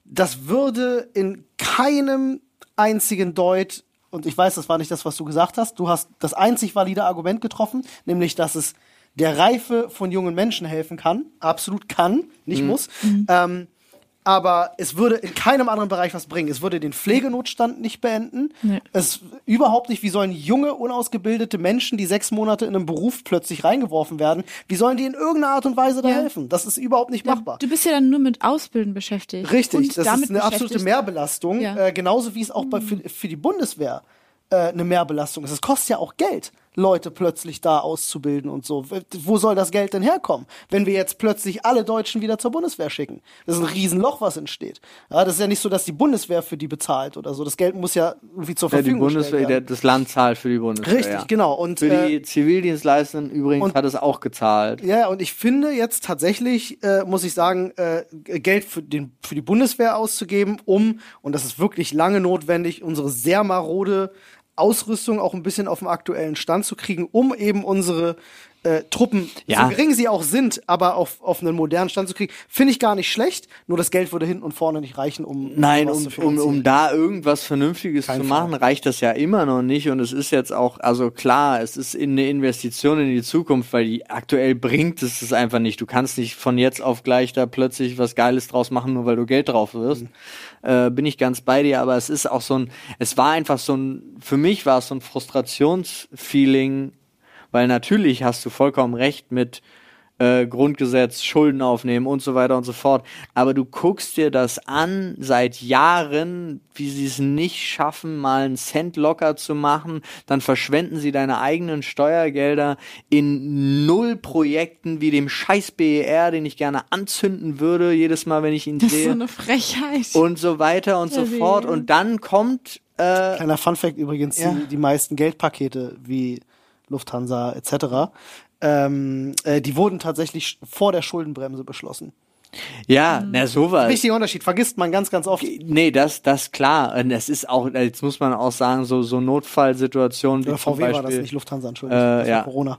Speaker 2: das würde in keinem einzigen Deut und ich weiß, das war nicht das, was du gesagt hast, du hast das einzig valide Argument getroffen, nämlich, dass es der Reife von jungen Menschen helfen kann. Absolut kann,
Speaker 3: Mhm.
Speaker 2: nicht muss. Ähm, aber es würde in keinem anderen Bereich was bringen. Es würde den Pflegenotstand nicht beenden.
Speaker 1: Nee.
Speaker 2: Es überhaupt nicht, wie sollen junge, unausgebildete Menschen, die sechs Monate in einem Beruf plötzlich reingeworfen werden, wie sollen die in irgendeiner Art und Weise da
Speaker 1: Ja.
Speaker 2: helfen? Das ist überhaupt nicht machbar.
Speaker 1: Du bist ja dann nur mit Ausbilden beschäftigt.
Speaker 2: Richtig,
Speaker 1: und
Speaker 2: das
Speaker 1: damit
Speaker 2: ist eine absolute
Speaker 1: beschäftigt-
Speaker 2: Mehrbelastung,
Speaker 1: Ja.
Speaker 2: äh, genauso wie es auch bei, für, für die Bundeswehr äh, eine Mehrbelastung ist. Es kostet ja auch Geld, Leute plötzlich da auszubilden und so. W- Wo soll das Geld denn herkommen, wenn wir jetzt plötzlich alle Deutschen wieder zur Bundeswehr schicken? Das ist ein Riesenloch, was entsteht. Ja, das ist ja nicht so, dass die Bundeswehr für die bezahlt oder so. Das Geld muss ja irgendwie zur
Speaker 3: Ja, die
Speaker 2: Verfügung
Speaker 3: Bundeswehr,
Speaker 2: gestellt
Speaker 3: der,
Speaker 2: werden.
Speaker 3: das Land zahlt für die Bundeswehr.
Speaker 2: Richtig,
Speaker 3: ja.
Speaker 2: genau. Und,
Speaker 3: für
Speaker 2: äh,
Speaker 3: die Zivildienstleistenden übrigens
Speaker 2: und-
Speaker 3: hat es auch gezahlt.
Speaker 2: Ja, ja, und ich finde jetzt tatsächlich, äh, muss ich sagen, äh, Geld für, den, für die Bundeswehr auszugeben, um, und das ist wirklich lange notwendig, unsere sehr marode Ausrüstung auch ein bisschen auf den aktuellen Stand zu kriegen, um eben unsere äh, Truppen,
Speaker 3: Ja.
Speaker 2: so gering sie auch sind, aber auf, auf einen modernen Stand zu kriegen, finde ich gar nicht schlecht. Nur das Geld würde hinten und vorne nicht reichen, um
Speaker 3: Nein,
Speaker 2: sowas
Speaker 3: um,
Speaker 2: zu
Speaker 3: um,
Speaker 2: finanzieren.
Speaker 3: um da irgendwas Vernünftiges zu machen, reicht das ja immer noch nicht. Und es ist jetzt auch, also klar, es ist in- eine Investition in die Zukunft, weil die aktuell bringt es es einfach nicht. Du kannst nicht von jetzt auf gleich da plötzlich was Geiles draus machen, nur weil du Geld drauf wirst.
Speaker 2: Mhm.
Speaker 3: Äh, bin ich ganz bei dir, aber es ist auch so ein, es war einfach so ein, für mich war es so ein Frustrationsfeeling, weil natürlich hast du vollkommen recht mit äh, Grundgesetz, Schulden aufnehmen und so weiter und so fort. Aber du guckst dir das an seit Jahren, wie sie es nicht schaffen, mal einen Cent locker zu machen. Dann verschwenden sie deine eigenen Steuergelder in null Projekten wie dem scheiß BER, den ich gerne anzünden würde, jedes Mal, wenn ich ihn
Speaker 1: Das ist so
Speaker 3: sehe.
Speaker 1: eine Frechheit.
Speaker 3: Und so weiter und so
Speaker 1: Ja, wie-
Speaker 3: fort. Und dann kommt. Äh,
Speaker 2: Kleiner Funfact übrigens,
Speaker 3: Ja.
Speaker 2: die, die meisten Geldpakete wie Lufthansa etc., ähm, äh, die wurden tatsächlich sch- vor der Schuldenbremse beschlossen.
Speaker 1: Mhm.
Speaker 3: ja, na sowas.
Speaker 2: Wichtiger Unterschied, vergisst man ganz, ganz oft.
Speaker 3: Nee, das, das klar. Und es ist auch, jetzt muss man auch sagen, so, so Notfallsituationen wie
Speaker 2: Oder
Speaker 3: zum
Speaker 2: Äh, VW war das
Speaker 3: Beispiel-
Speaker 2: nicht, Lufthansa, Entschuldigung,
Speaker 3: Äh,
Speaker 2: das war
Speaker 3: ja.
Speaker 2: Corona.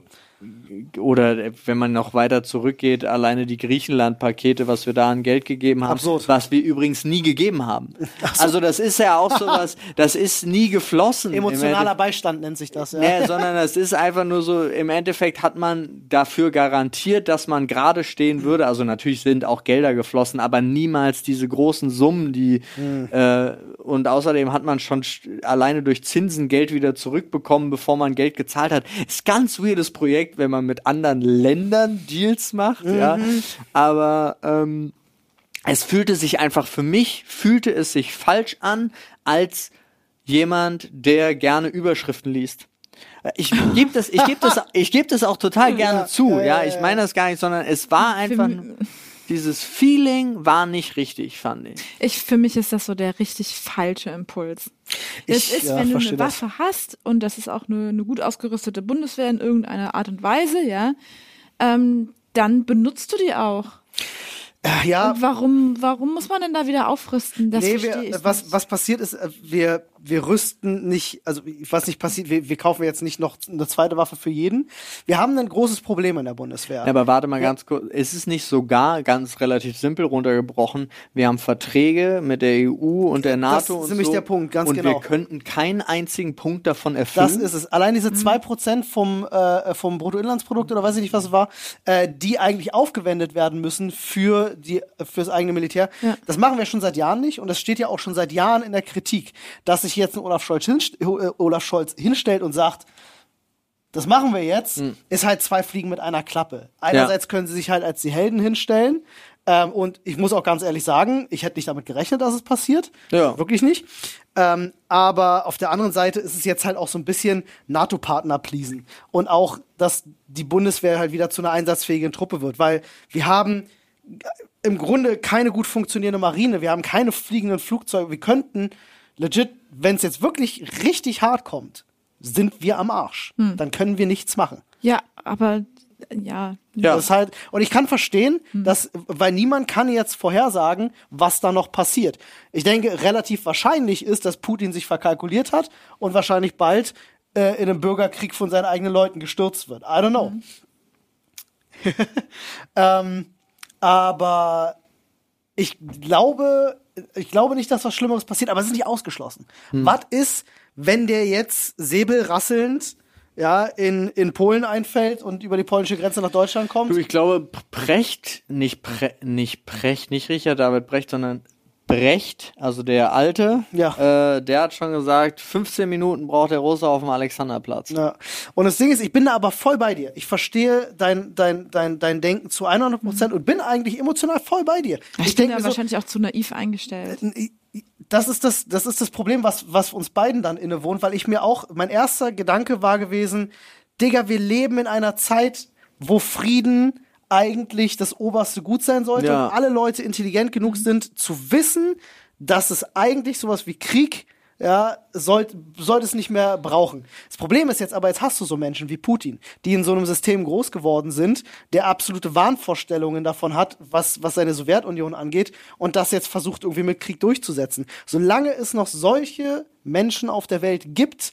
Speaker 3: oder äh, wenn man noch weiter zurückgeht, alleine die Griechenland-Pakete, was wir da an Geld gegeben haben,
Speaker 2: Absurd.
Speaker 3: was wir übrigens nie gegeben haben. Also das ist ja auch sowas, das ist nie geflossen. im
Speaker 2: Emotionaler
Speaker 3: Endeffekt.
Speaker 2: Beistand nennt sich das, ja.
Speaker 3: Nee, sondern das ist einfach nur so, im Endeffekt hat man dafür garantiert, dass man gerade stehen würde. Also natürlich sind auch Gelder geflossen, aber niemals diese großen Summen, die äh, und außerdem hat man schon st- alleine durch Zinsen Geld wieder zurückbekommen, bevor man Geld gezahlt hat. Ist ganz weirdes Projekt, wenn man mit anderen Ländern Deals macht, ja. Aber ähm, es fühlte sich einfach für mich, fühlte es sich falsch an, als jemand, der gerne Überschriften liest. Äh, Ich gebe das, ich gebe das, ich gebe das auch total gerne zu. Ja, ich meine das gar nicht, sondern es war einfach dieses Feeling war nicht richtig, fand ich.
Speaker 1: Ich, für mich ist das so der richtig falsche Impuls. Das
Speaker 2: Ich,
Speaker 1: ist,
Speaker 2: ja,
Speaker 1: wenn du
Speaker 2: verstehe
Speaker 1: eine
Speaker 2: das.
Speaker 1: Waffe hast und das ist auch eine, eine gut ausgerüstete Bundeswehr in irgendeiner Art und Weise, ja, ähm, dann benutzt du die auch.
Speaker 2: Äh, ja,
Speaker 1: Und warum, warum muss man denn da wieder aufrüsten? Das
Speaker 2: nee,
Speaker 1: verstehe
Speaker 2: wir,
Speaker 1: ich
Speaker 2: was,
Speaker 1: nicht.
Speaker 2: was passiert ist, äh, wir, wir rüsten nicht, also was nicht passiert, wir, wir kaufen jetzt nicht noch eine zweite Waffe für jeden. Wir haben ein großes Problem in der Bundeswehr.
Speaker 3: Aber warte mal ganz kurz. Ist es nicht sogar ganz relativ simpel runtergebrochen? Wir haben Verträge mit der EU und der
Speaker 2: Das
Speaker 3: NATO
Speaker 2: ist
Speaker 3: und
Speaker 2: nämlich
Speaker 3: so,
Speaker 2: der Punkt, ganz
Speaker 3: und
Speaker 2: genau.
Speaker 3: wir könnten keinen einzigen Punkt davon erfüllen.
Speaker 2: Das ist es. Allein diese 2% vom, äh, vom Bruttoinlandsprodukt oder weiß ich nicht, was es war, äh, die eigentlich aufgewendet werden müssen für die, fürs eigene Militär.
Speaker 1: Ja.
Speaker 2: Das machen wir schon seit Jahren nicht und das steht ja auch schon seit Jahren in der Kritik, dass sich jetzt ein Olaf Scholz, hinst äh, Olaf Scholz hinstellt und sagt, das machen wir jetzt, ist halt zwei Fliegen mit einer Klappe. Einerseits können sie sich halt als die Helden hinstellen. Ähm, und ich muss auch ganz ehrlich sagen, ich hätte nicht damit gerechnet, dass es passiert.
Speaker 3: Ja.
Speaker 2: Wirklich nicht. Ähm, aber auf der anderen Seite ist es jetzt halt auch so ein bisschen NATO-Partner pleasen. Und auch, dass die Bundeswehr halt wieder zu einer einsatzfähigen Truppe wird. Weil wir haben im Grunde keine gut funktionierende Marine. Wir haben keine fliegenden Flugzeuge. Wir könnten legit, wenn es jetzt wirklich richtig hart kommt, sind wir am Arsch. Dann können wir nichts machen.
Speaker 1: ja, aber ja,
Speaker 3: Ja. Hm.
Speaker 2: Das ist halt, und ich kann verstehen, dass, weil niemand kann jetzt vorhersagen, was da noch passiert. Ich denke, relativ wahrscheinlich ist, dass Putin sich verkalkuliert hat und wahrscheinlich bald äh, in einem Bürgerkrieg von seinen eigenen Leuten gestürzt wird. I don't know.
Speaker 3: Mhm.
Speaker 2: ähm, aber
Speaker 3: Hm.
Speaker 2: ich glaube, ich glaube nicht, dass was Schlimmeres passiert, aber es ist nicht ausgeschlossen. Was ist, wenn der jetzt säbelrasselnd ja, in, in Polen einfällt und über die polnische Grenze nach Deutschland kommt.
Speaker 3: Du, ich glaube, Brecht, nicht, Pre nicht Brecht, nicht Richard David Brecht, sondern Brecht, also der Alte,
Speaker 2: Ja.
Speaker 3: äh, der hat schon gesagt, 15 Minuten braucht der Russe auf dem Alexanderplatz.
Speaker 2: Ja. Und das Ding ist, ich bin da aber voll bei dir. Ich verstehe dein, dein, dein, dein Denken zu 100 Prozent und bin eigentlich emotional voll bei dir.
Speaker 1: Mhm. Ich, bin
Speaker 2: denk
Speaker 1: da
Speaker 2: mir so,
Speaker 1: wahrscheinlich auch zu naiv eingestellt.
Speaker 2: das ist das, das ist das Problem, was, was uns beiden dann innewohnt, weil ich mir auch, mein erster Gedanke war gewesen, Digga, wir leben in einer Zeit, wo Frieden eigentlich das oberste Gut sein sollte
Speaker 3: Ja.
Speaker 2: und alle Leute intelligent genug sind, zu wissen, dass es eigentlich sowas wie Krieg, ja, sollte sollt es nicht mehr brauchen. Das Problem ist jetzt aber, jetzt hast du so Menschen wie Putin, die in so einem System groß geworden sind, der absolute Wahnvorstellungen davon hat, was, was seine Sowjetunion angeht und das jetzt versucht irgendwie mit Krieg durchzusetzen. Solange es noch solche Menschen auf der Welt gibt,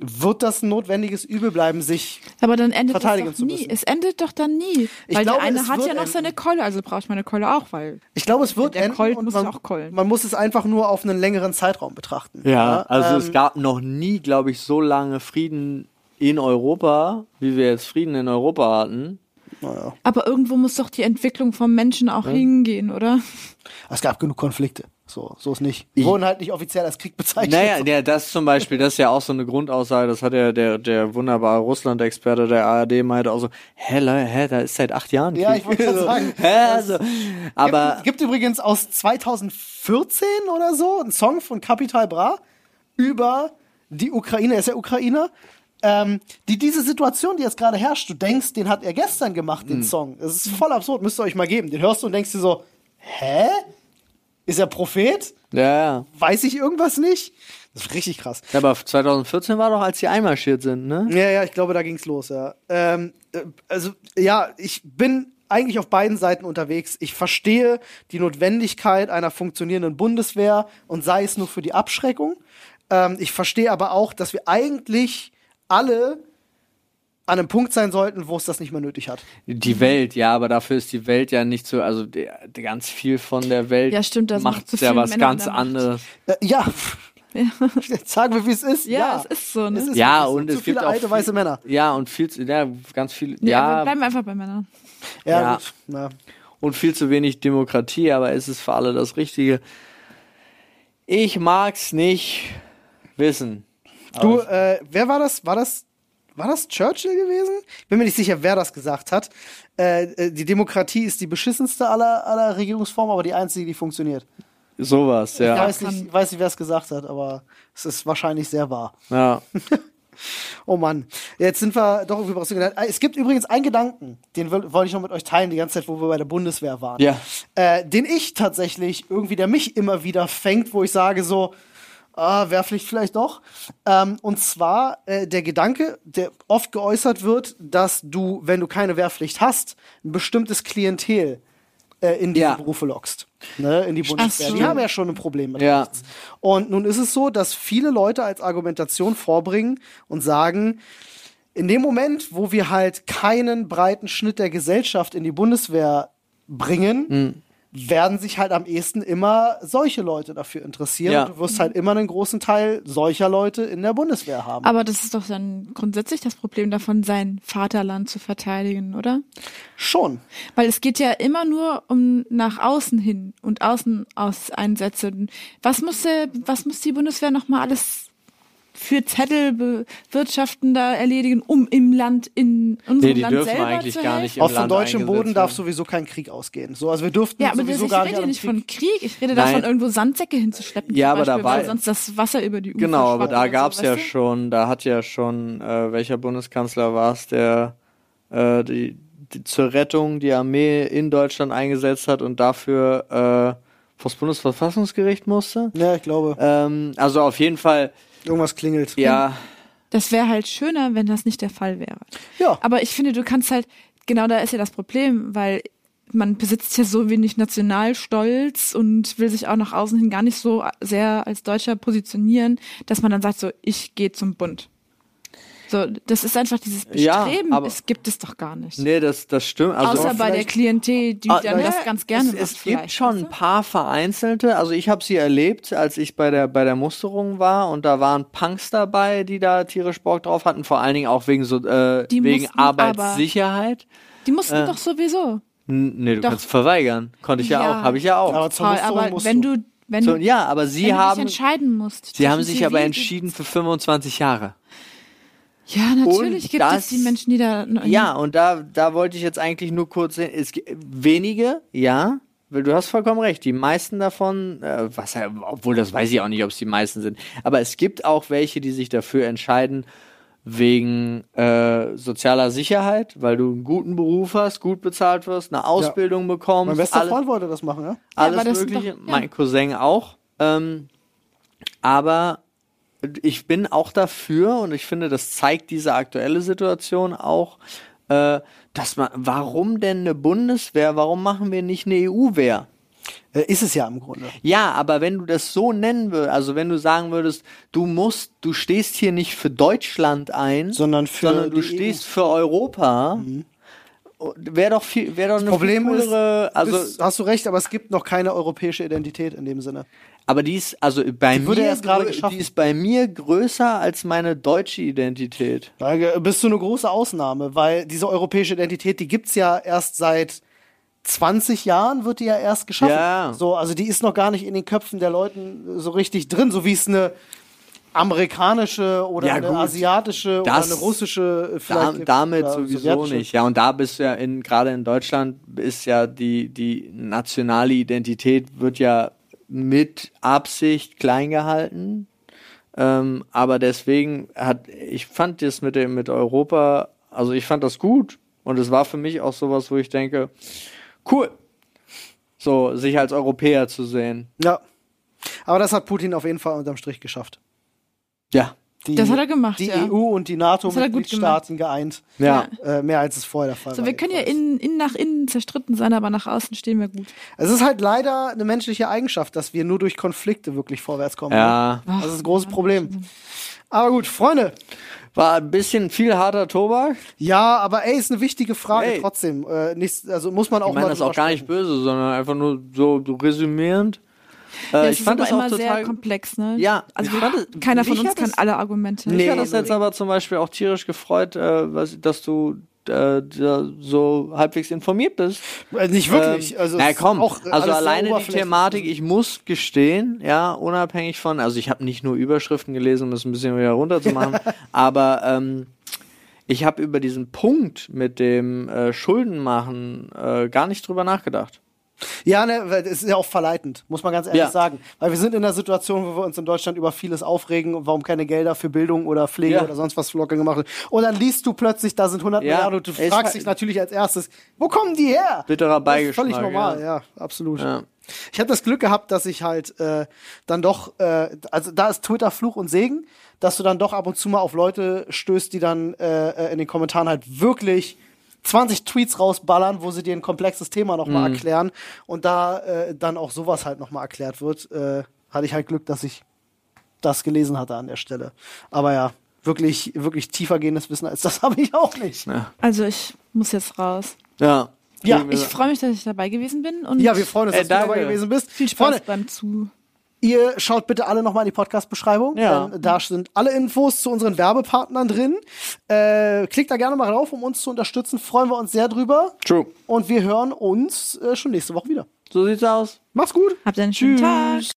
Speaker 2: wird das ein notwendiges Übel bleiben, sich
Speaker 1: Aber dann endet es
Speaker 2: verteidigen
Speaker 1: doch
Speaker 2: zu
Speaker 1: nie.
Speaker 2: müssen.
Speaker 1: Es endet doch dann nie.
Speaker 2: Ich
Speaker 1: weil
Speaker 2: glaube,
Speaker 1: der eine
Speaker 2: es
Speaker 1: hat
Speaker 2: wird
Speaker 1: ja noch
Speaker 2: enden.
Speaker 1: seine Keule, also brauche ich meine Keule auch, weil.
Speaker 2: Ich glaube, es wird
Speaker 1: Der
Speaker 2: enden
Speaker 1: Colt
Speaker 2: und
Speaker 1: muss
Speaker 2: man,
Speaker 1: ja auch keulen.
Speaker 2: man muss es einfach nur auf einen längeren Zeitraum betrachten.
Speaker 3: Ja, also
Speaker 2: ähm,
Speaker 3: es gab noch nie, glaube ich, so lange Frieden in Europa, wie wir jetzt Frieden in Europa hatten.
Speaker 2: naja.
Speaker 1: Aber irgendwo muss doch die Entwicklung vom Menschen auch hingehen, oder?
Speaker 2: es gab genug Konflikte. So, so ist nicht.
Speaker 3: Ich-
Speaker 2: Wurden halt nicht offiziell als Krieg bezeichnet.
Speaker 3: Naja, ja, das zum Beispiel, das ist ja auch so eine Grundaussage, das hat ja der, der wunderbare Russland-Experte der ARD meinte auch so, hä, Leute, hä, da ist seit acht Jahren Krieg.
Speaker 2: Ja, ich wollte gerade
Speaker 3: So,
Speaker 2: sagen.
Speaker 3: Hä, also, aber
Speaker 2: gibt, gibt übrigens aus 2014 oder so einen Song von Capital Bra über die Ukraine, er ist ja Ukrainer, ähm, die diese Situation, die jetzt gerade herrscht, du denkst, den hat er gestern gemacht,
Speaker 3: Hm.
Speaker 2: den Song. Das ist voll absurd, müsst ihr euch mal geben. Den hörst du und denkst dir so, hä? Ist er Prophet?
Speaker 3: ja, ja.
Speaker 2: Weiß ich irgendwas nicht? Das ist richtig krass.
Speaker 3: aber 2014 war doch, als sie einmarschiert sind, ne?
Speaker 2: Ja, ja, ich glaube, da ging's los, ja. Ähm, äh, also, ja, ich bin eigentlich auf beiden Seiten unterwegs. Ich verstehe die Notwendigkeit einer funktionierenden Bundeswehr und sei es nur für die Abschreckung. Ähm, ich verstehe aber auch, dass wir eigentlich alle an einem Punkt sein sollten, wo es das nicht mehr nötig hat.
Speaker 3: Die Welt, ja, aber dafür ist die Welt ja nicht so, also der, der ganz viel von der Welt
Speaker 1: Ja, stimmt, das macht
Speaker 3: macht
Speaker 1: so
Speaker 3: ja
Speaker 1: viele
Speaker 3: was
Speaker 1: Männer
Speaker 3: ganz
Speaker 1: in der Macht.
Speaker 3: anderes.
Speaker 2: Äh, ja, Jetzt sagen wir, wie es ist.
Speaker 1: Ja,
Speaker 2: Ja,
Speaker 1: es ist so, ne?
Speaker 2: Es ist
Speaker 3: Ja,
Speaker 2: so.
Speaker 3: und
Speaker 2: zu
Speaker 3: es gibt
Speaker 2: viele
Speaker 3: auch
Speaker 2: alte
Speaker 3: viel-
Speaker 2: weiße Männer.
Speaker 3: Ja, und viel zu, ja, ganz viel,
Speaker 1: Nee, aber
Speaker 3: ja,
Speaker 1: bleiben wir einfach bei Männern.
Speaker 2: Ja,
Speaker 3: Ja.
Speaker 2: gut. Na.
Speaker 3: und viel zu wenig Demokratie, aber ist es für alle das Richtige? Ich mag's nicht wissen.
Speaker 2: Du, äh, wer war das? War das, war das Churchill gewesen? Ich bin mir nicht sicher, wer das gesagt hat. Äh, äh, die Demokratie ist die beschissenste aller, aller Regierungsformen, aber die einzige, die funktioniert.
Speaker 3: Sowas, ja.
Speaker 2: Ich weiß
Speaker 1: kann-
Speaker 2: nicht, ich weiß nicht wer es gesagt hat, aber es ist wahrscheinlich sehr wahr.
Speaker 3: ja.
Speaker 2: Oh Mann, jetzt sind wir doch irgendwie was gelernt. Ah, Es gibt übrigens einen Gedanken, den will- wollte ich noch mit euch teilen, die ganze Zeit, wo wir bei der Bundeswehr waren.
Speaker 3: Ja.
Speaker 2: Äh, den ich tatsächlich irgendwie, der mich immer wieder fänngt, wo ich sage so, ah, Wehrpflicht vielleicht doch. Ähm, und zwar äh, der Gedanke, der oft geäußert wird, dass du, wenn du keine Wehrpflicht hast, ein bestimmtes Klientel äh, in diese
Speaker 3: Ja.
Speaker 2: Berufe lockst. Ne, in die Bundeswehr.
Speaker 1: so.
Speaker 2: Die haben ja schon ein Problem mit
Speaker 3: Ja.
Speaker 2: rechts. Und nun ist es so, dass viele Leute als Argumentation vorbringen und sagen, in dem Moment, wo wir halt keinen breiten Schnitt der Gesellschaft in die Bundeswehr bringen,
Speaker 3: Mhm.
Speaker 2: werden sich halt am ehesten immer solche Leute dafür interessieren.
Speaker 3: Ja.
Speaker 2: Und du wirst halt immer einen großen Teil solcher Leute in der Bundeswehr haben.
Speaker 3: Ah.
Speaker 1: Aber das ist doch dann grundsätzlich das Problem davon, sein Vaterland zu verteidigen, oder?
Speaker 2: Schon.
Speaker 1: Weil es geht ja immer nur um nach außen hin und außen aus Einsätze. Was muss, der, was muss die Bundeswehr nochmal alles für Zettel bewirtschaften da erledigen, um im Land, in unserem
Speaker 3: Nee, die
Speaker 1: Land
Speaker 3: dürfen
Speaker 1: selber
Speaker 3: eigentlich
Speaker 1: zu
Speaker 3: gar
Speaker 1: helfen?
Speaker 3: nicht im
Speaker 2: Auf dem
Speaker 3: Land
Speaker 2: deutschen
Speaker 3: eingesetzt
Speaker 2: Boden darf
Speaker 3: werden.
Speaker 2: sowieso kein Krieg ausgehen. So, also wir dürften
Speaker 1: Ja, aber das,
Speaker 2: sowieso
Speaker 1: ich
Speaker 2: gar nicht
Speaker 1: rede ja
Speaker 2: an
Speaker 1: nicht
Speaker 2: einem
Speaker 1: von Krieg, ich rede davon,
Speaker 3: Nein.
Speaker 1: irgendwo Sandsäcke hinzuschleppen.
Speaker 3: Ja,
Speaker 1: zum
Speaker 3: aber da
Speaker 1: Beispiel,
Speaker 3: war-
Speaker 1: weil sonst das Wasser über die Ufer
Speaker 3: Genau, aber
Speaker 1: schwappt
Speaker 3: da
Speaker 1: oder so,
Speaker 3: gab's ja
Speaker 1: weißt du?
Speaker 3: schon, da hat ja schon, äh, welcher Bundeskanzler war's, der äh, die, die zur Rettung die Armee in Deutschland eingesetzt hat und dafür äh, vors Bundesverfassungsgericht musste?
Speaker 2: Ja, ich glaube,
Speaker 3: Ähm, also auf jeden Fall,
Speaker 2: irgendwas klingelt.
Speaker 3: ja,
Speaker 1: Das wäre halt schöner, wenn das nicht der Fall wäre.
Speaker 2: Ja.
Speaker 1: Aber ich finde, du kannst halt, genau da ist ja das Problem, weil man besitzt ja so wenig Nationalstolz und will sich auch nach außen hin gar nicht so sehr als Deutscher positionieren, dass man dann sagt so, ich gehe zum Bund. So, das ist einfach dieses
Speaker 3: Ja,
Speaker 1: Bestreben,
Speaker 3: aber-
Speaker 1: es gibt es doch gar nicht.
Speaker 3: Nee, das, das stimmt. Also
Speaker 1: Außer bei der
Speaker 3: vielleicht-
Speaker 1: Klientel, die
Speaker 3: Ah,
Speaker 1: dann
Speaker 3: naja,
Speaker 1: das ganz gerne
Speaker 3: es,
Speaker 1: macht.
Speaker 3: Es gibt
Speaker 1: vielleicht,
Speaker 3: schon
Speaker 1: weißt
Speaker 3: ein paar vereinzelte. Also ich habe sie erlebt, als ich bei der bei der Musterung war und da waren Punks dabei, die da tierisch Bock drauf hatten. Vor allen Dingen auch wegen so äh,
Speaker 1: Die
Speaker 3: wegen
Speaker 1: mussten aber-
Speaker 3: Arbeitssicherheit.
Speaker 1: du? Die mussten doch sowieso.
Speaker 3: N- Nee, du
Speaker 1: Doch.
Speaker 3: kannst verweigern. Konnte ich ja,
Speaker 1: Ja.
Speaker 3: auch, habe ich ja auch.
Speaker 2: Aber zur
Speaker 1: Paul,
Speaker 2: Musterung
Speaker 1: aber
Speaker 2: musst
Speaker 1: wenn
Speaker 2: du.
Speaker 1: du, wenn
Speaker 3: so,
Speaker 1: du,
Speaker 3: ja, aber
Speaker 1: wenn
Speaker 3: sie
Speaker 1: du dich
Speaker 3: haben
Speaker 1: entscheiden musst.
Speaker 3: sie haben
Speaker 1: zwischen
Speaker 3: sich aber
Speaker 1: Zivil-
Speaker 3: entschieden für 25 Jahre.
Speaker 1: Ja, natürlich
Speaker 3: Und
Speaker 1: gibt es
Speaker 3: das-
Speaker 1: die Menschen, die da.
Speaker 3: Ja, und da, da wollte ich jetzt eigentlich nur kurz sehen. Es, gi- wenige, ja, weil du hast vollkommen recht. Die meisten davon, äh, was, ja- obwohl das weiß ich auch nicht, ob es die meisten sind. Aber es gibt auch welche, die sich dafür entscheiden, wegen äh, sozialer Sicherheit, weil du einen guten Beruf hast, gut bezahlt wirst, eine Ausbildung bekommst.
Speaker 2: Mein bester
Speaker 3: um alle-
Speaker 2: Freund wollte das machen, ja?
Speaker 1: aber
Speaker 3: alles
Speaker 1: das sind
Speaker 3: Mögliche.
Speaker 1: doch- ja.
Speaker 3: Mein Cousin auch. Ähm, aber ich bin auch dafür und ich finde, das zeigt diese aktuelle Situation auch, äh, dass man, warum denn eine Bundeswehr, warum machen wir nicht eine EU-Wehr?
Speaker 2: Äh, Ist es ja im Grunde.
Speaker 3: Ja, aber wenn du das so nennen würdest, also wenn du sagen würdest, du musst, du stehst hier nicht für Deutschland ein,
Speaker 2: Sondern für
Speaker 3: sondern du
Speaker 2: die E EU.
Speaker 3: stehst für Europa, wäre doch viel, wäre doch eine
Speaker 2: Problem
Speaker 3: viel
Speaker 2: ist,
Speaker 3: coolere, also
Speaker 2: ist, hast du recht, aber es gibt noch keine europäische Identität in dem Sinne.
Speaker 3: Aber die ist, also bei
Speaker 2: wurde
Speaker 3: mir,
Speaker 2: erst gerade
Speaker 3: grö-
Speaker 2: geschaffen.
Speaker 3: die ist bei mir größer als meine deutsche Identität.
Speaker 2: Da ge- bist du eine große Ausnahme, weil diese europäische Identität, die gibt's ja erst seit 20 Jahren, wird die ja erst geschaffen.
Speaker 3: Ja.
Speaker 2: So, also die ist noch gar nicht in den Köpfen der Leuten äh, so richtig drin, so wie es eine amerikanische oder
Speaker 3: Ja,
Speaker 2: eine
Speaker 3: gut.
Speaker 2: asiatische oder
Speaker 3: Das-
Speaker 2: eine russische äh, vielleicht
Speaker 3: Da,
Speaker 2: gibt,
Speaker 3: damit
Speaker 2: oder
Speaker 3: sowieso
Speaker 2: sowjetische.
Speaker 3: nicht. Ja, und da bist du ja in, gerade in Deutschland ist ja die, die nationale Identität wird ja mit Absicht klein gehalten. Ähm, aber deswegen hat, ich fand das mit dem, mit Europa, also ich fand das gut. Und es war für mich auch sowas, wo ich denke, cool. So, sich als Europäer zu sehen.
Speaker 2: Ja. Aber das hat Putin auf jeden Fall unterm Strich geschafft.
Speaker 3: Ja.
Speaker 2: Die,
Speaker 1: Das hat er gemacht,
Speaker 2: Die
Speaker 1: ja.
Speaker 2: EU und die
Speaker 1: Das hat er gut
Speaker 2: NATO-Mitgliedstaaten geeint.
Speaker 3: Ja.
Speaker 2: Äh, mehr als es vorher der Fall
Speaker 1: So,
Speaker 2: war.
Speaker 1: wir können ja
Speaker 2: jedenfalls.
Speaker 1: innen, innen nach innen zerstritten sein, aber nach außen stehen
Speaker 3: Äh,
Speaker 1: wir gut.
Speaker 2: Es ist halt leider eine menschliche Eigenschaft, dass wir nur durch Konflikte wirklich vorwärts kommen.
Speaker 3: Ja.
Speaker 2: ne? Das ist ein großes Problem. Aber gut, Freunde.
Speaker 3: War ein bisschen viel harter Tobak.
Speaker 2: Ja, aber ey, ist eine wichtige Frage
Speaker 3: Ey.
Speaker 2: trotzdem. Äh, nichts, also muss man auch
Speaker 3: Ich meine
Speaker 2: mal.
Speaker 3: das
Speaker 2: drüber
Speaker 3: auch gar nicht
Speaker 2: sprechen.
Speaker 3: böse, sondern einfach nur so so resümierend. Äh,
Speaker 1: Ja, es
Speaker 3: ich fand
Speaker 1: ist
Speaker 3: das
Speaker 1: aber
Speaker 3: auch
Speaker 1: immer sehr
Speaker 3: total.
Speaker 1: komplex, ne?
Speaker 3: Ja,
Speaker 1: Also
Speaker 3: ich
Speaker 1: wir,
Speaker 3: fand es-
Speaker 1: keiner von
Speaker 3: mich
Speaker 1: uns
Speaker 3: hat
Speaker 1: kann
Speaker 3: es-
Speaker 1: alle Argumente.
Speaker 3: Mich hat
Speaker 1: Nee,
Speaker 3: das jetzt aber zum Beispiel auch tierisch gefreut, äh, was, dass du äh, da so halbwegs informiert bist.
Speaker 2: Äh, nicht wirklich.
Speaker 3: Ähm,
Speaker 2: also, es
Speaker 3: na
Speaker 2: ist
Speaker 3: komm,
Speaker 2: auch, äh, alles
Speaker 3: also
Speaker 2: sehr
Speaker 3: alleine die
Speaker 2: oberflächlich.
Speaker 3: Thematik, ich muss gestehen, ja, unabhängig von, also ich habe nicht nur Überschriften gelesen, um das ein bisschen wieder runterzumachen, aber ähm, ich habe über diesen Punkt mit dem äh, Schuldenmachen äh, gar nicht drüber nachgedacht.
Speaker 2: Ja, ne, weil es ist ja auch verleitend, muss man ganz ehrlich
Speaker 3: Ja.
Speaker 2: sagen. Weil wir sind in einer Situation, wo wir uns in Deutschland über vieles aufregen und warum keine Gelder für Bildung oder Pflege
Speaker 3: Ja.
Speaker 2: oder sonst was locker gemacht wird. Und dann liest du plötzlich, da sind 100
Speaker 3: Ja.
Speaker 2: Milliarden und du
Speaker 3: Es
Speaker 2: fragst
Speaker 3: war-
Speaker 2: dich natürlich als erstes, wo kommen die her?
Speaker 3: Bitterer
Speaker 2: Das ist Völlig
Speaker 3: Beigeschmack,
Speaker 2: normal, ja, absolut. Ich hatte das Glück gehabt, dass ich halt äh, dann doch, äh, also da ist Twitter Fluch und Segen, dass du dann doch ab und zu mal auf Leute stößt, die dann äh, äh, in den Kommentaren halt wirklich 20 Tweets rausballern, wo sie dir ein komplexes Thema nochmal mal erklären und da äh, dann auch sowas halt nochmal erklärt wird. Äh, hatte ich halt Glück, dass ich das gelesen hatte an der Stelle. Aber ja, wirklich, wirklich tiefergehendes Wissen als das habe ich auch nicht.
Speaker 3: Ja.
Speaker 1: also ich muss jetzt raus.
Speaker 3: Ja.
Speaker 2: Ja,
Speaker 1: Ich freue mich, dass ich dabei gewesen bin und
Speaker 2: Ja, wir freuen uns,
Speaker 3: Ey,
Speaker 2: dass du dabei
Speaker 3: danke.
Speaker 2: gewesen bist.
Speaker 1: viel Spaß
Speaker 2: Freunde,
Speaker 1: beim Zu.
Speaker 2: Ihr schaut bitte alle nochmal in die Podcast-Beschreibung.
Speaker 3: Ja.
Speaker 2: Ähm, Da sind alle Infos zu unseren Werbepartnern drin. Äh, klickt da gerne mal drauf, um uns zu unterstützen. Freuen wir uns sehr drüber.
Speaker 3: True.
Speaker 2: Und wir hören uns äh, schon nächste Woche wieder.
Speaker 3: So sieht's aus.
Speaker 2: Macht's gut.
Speaker 1: Habt einen schönen Tag.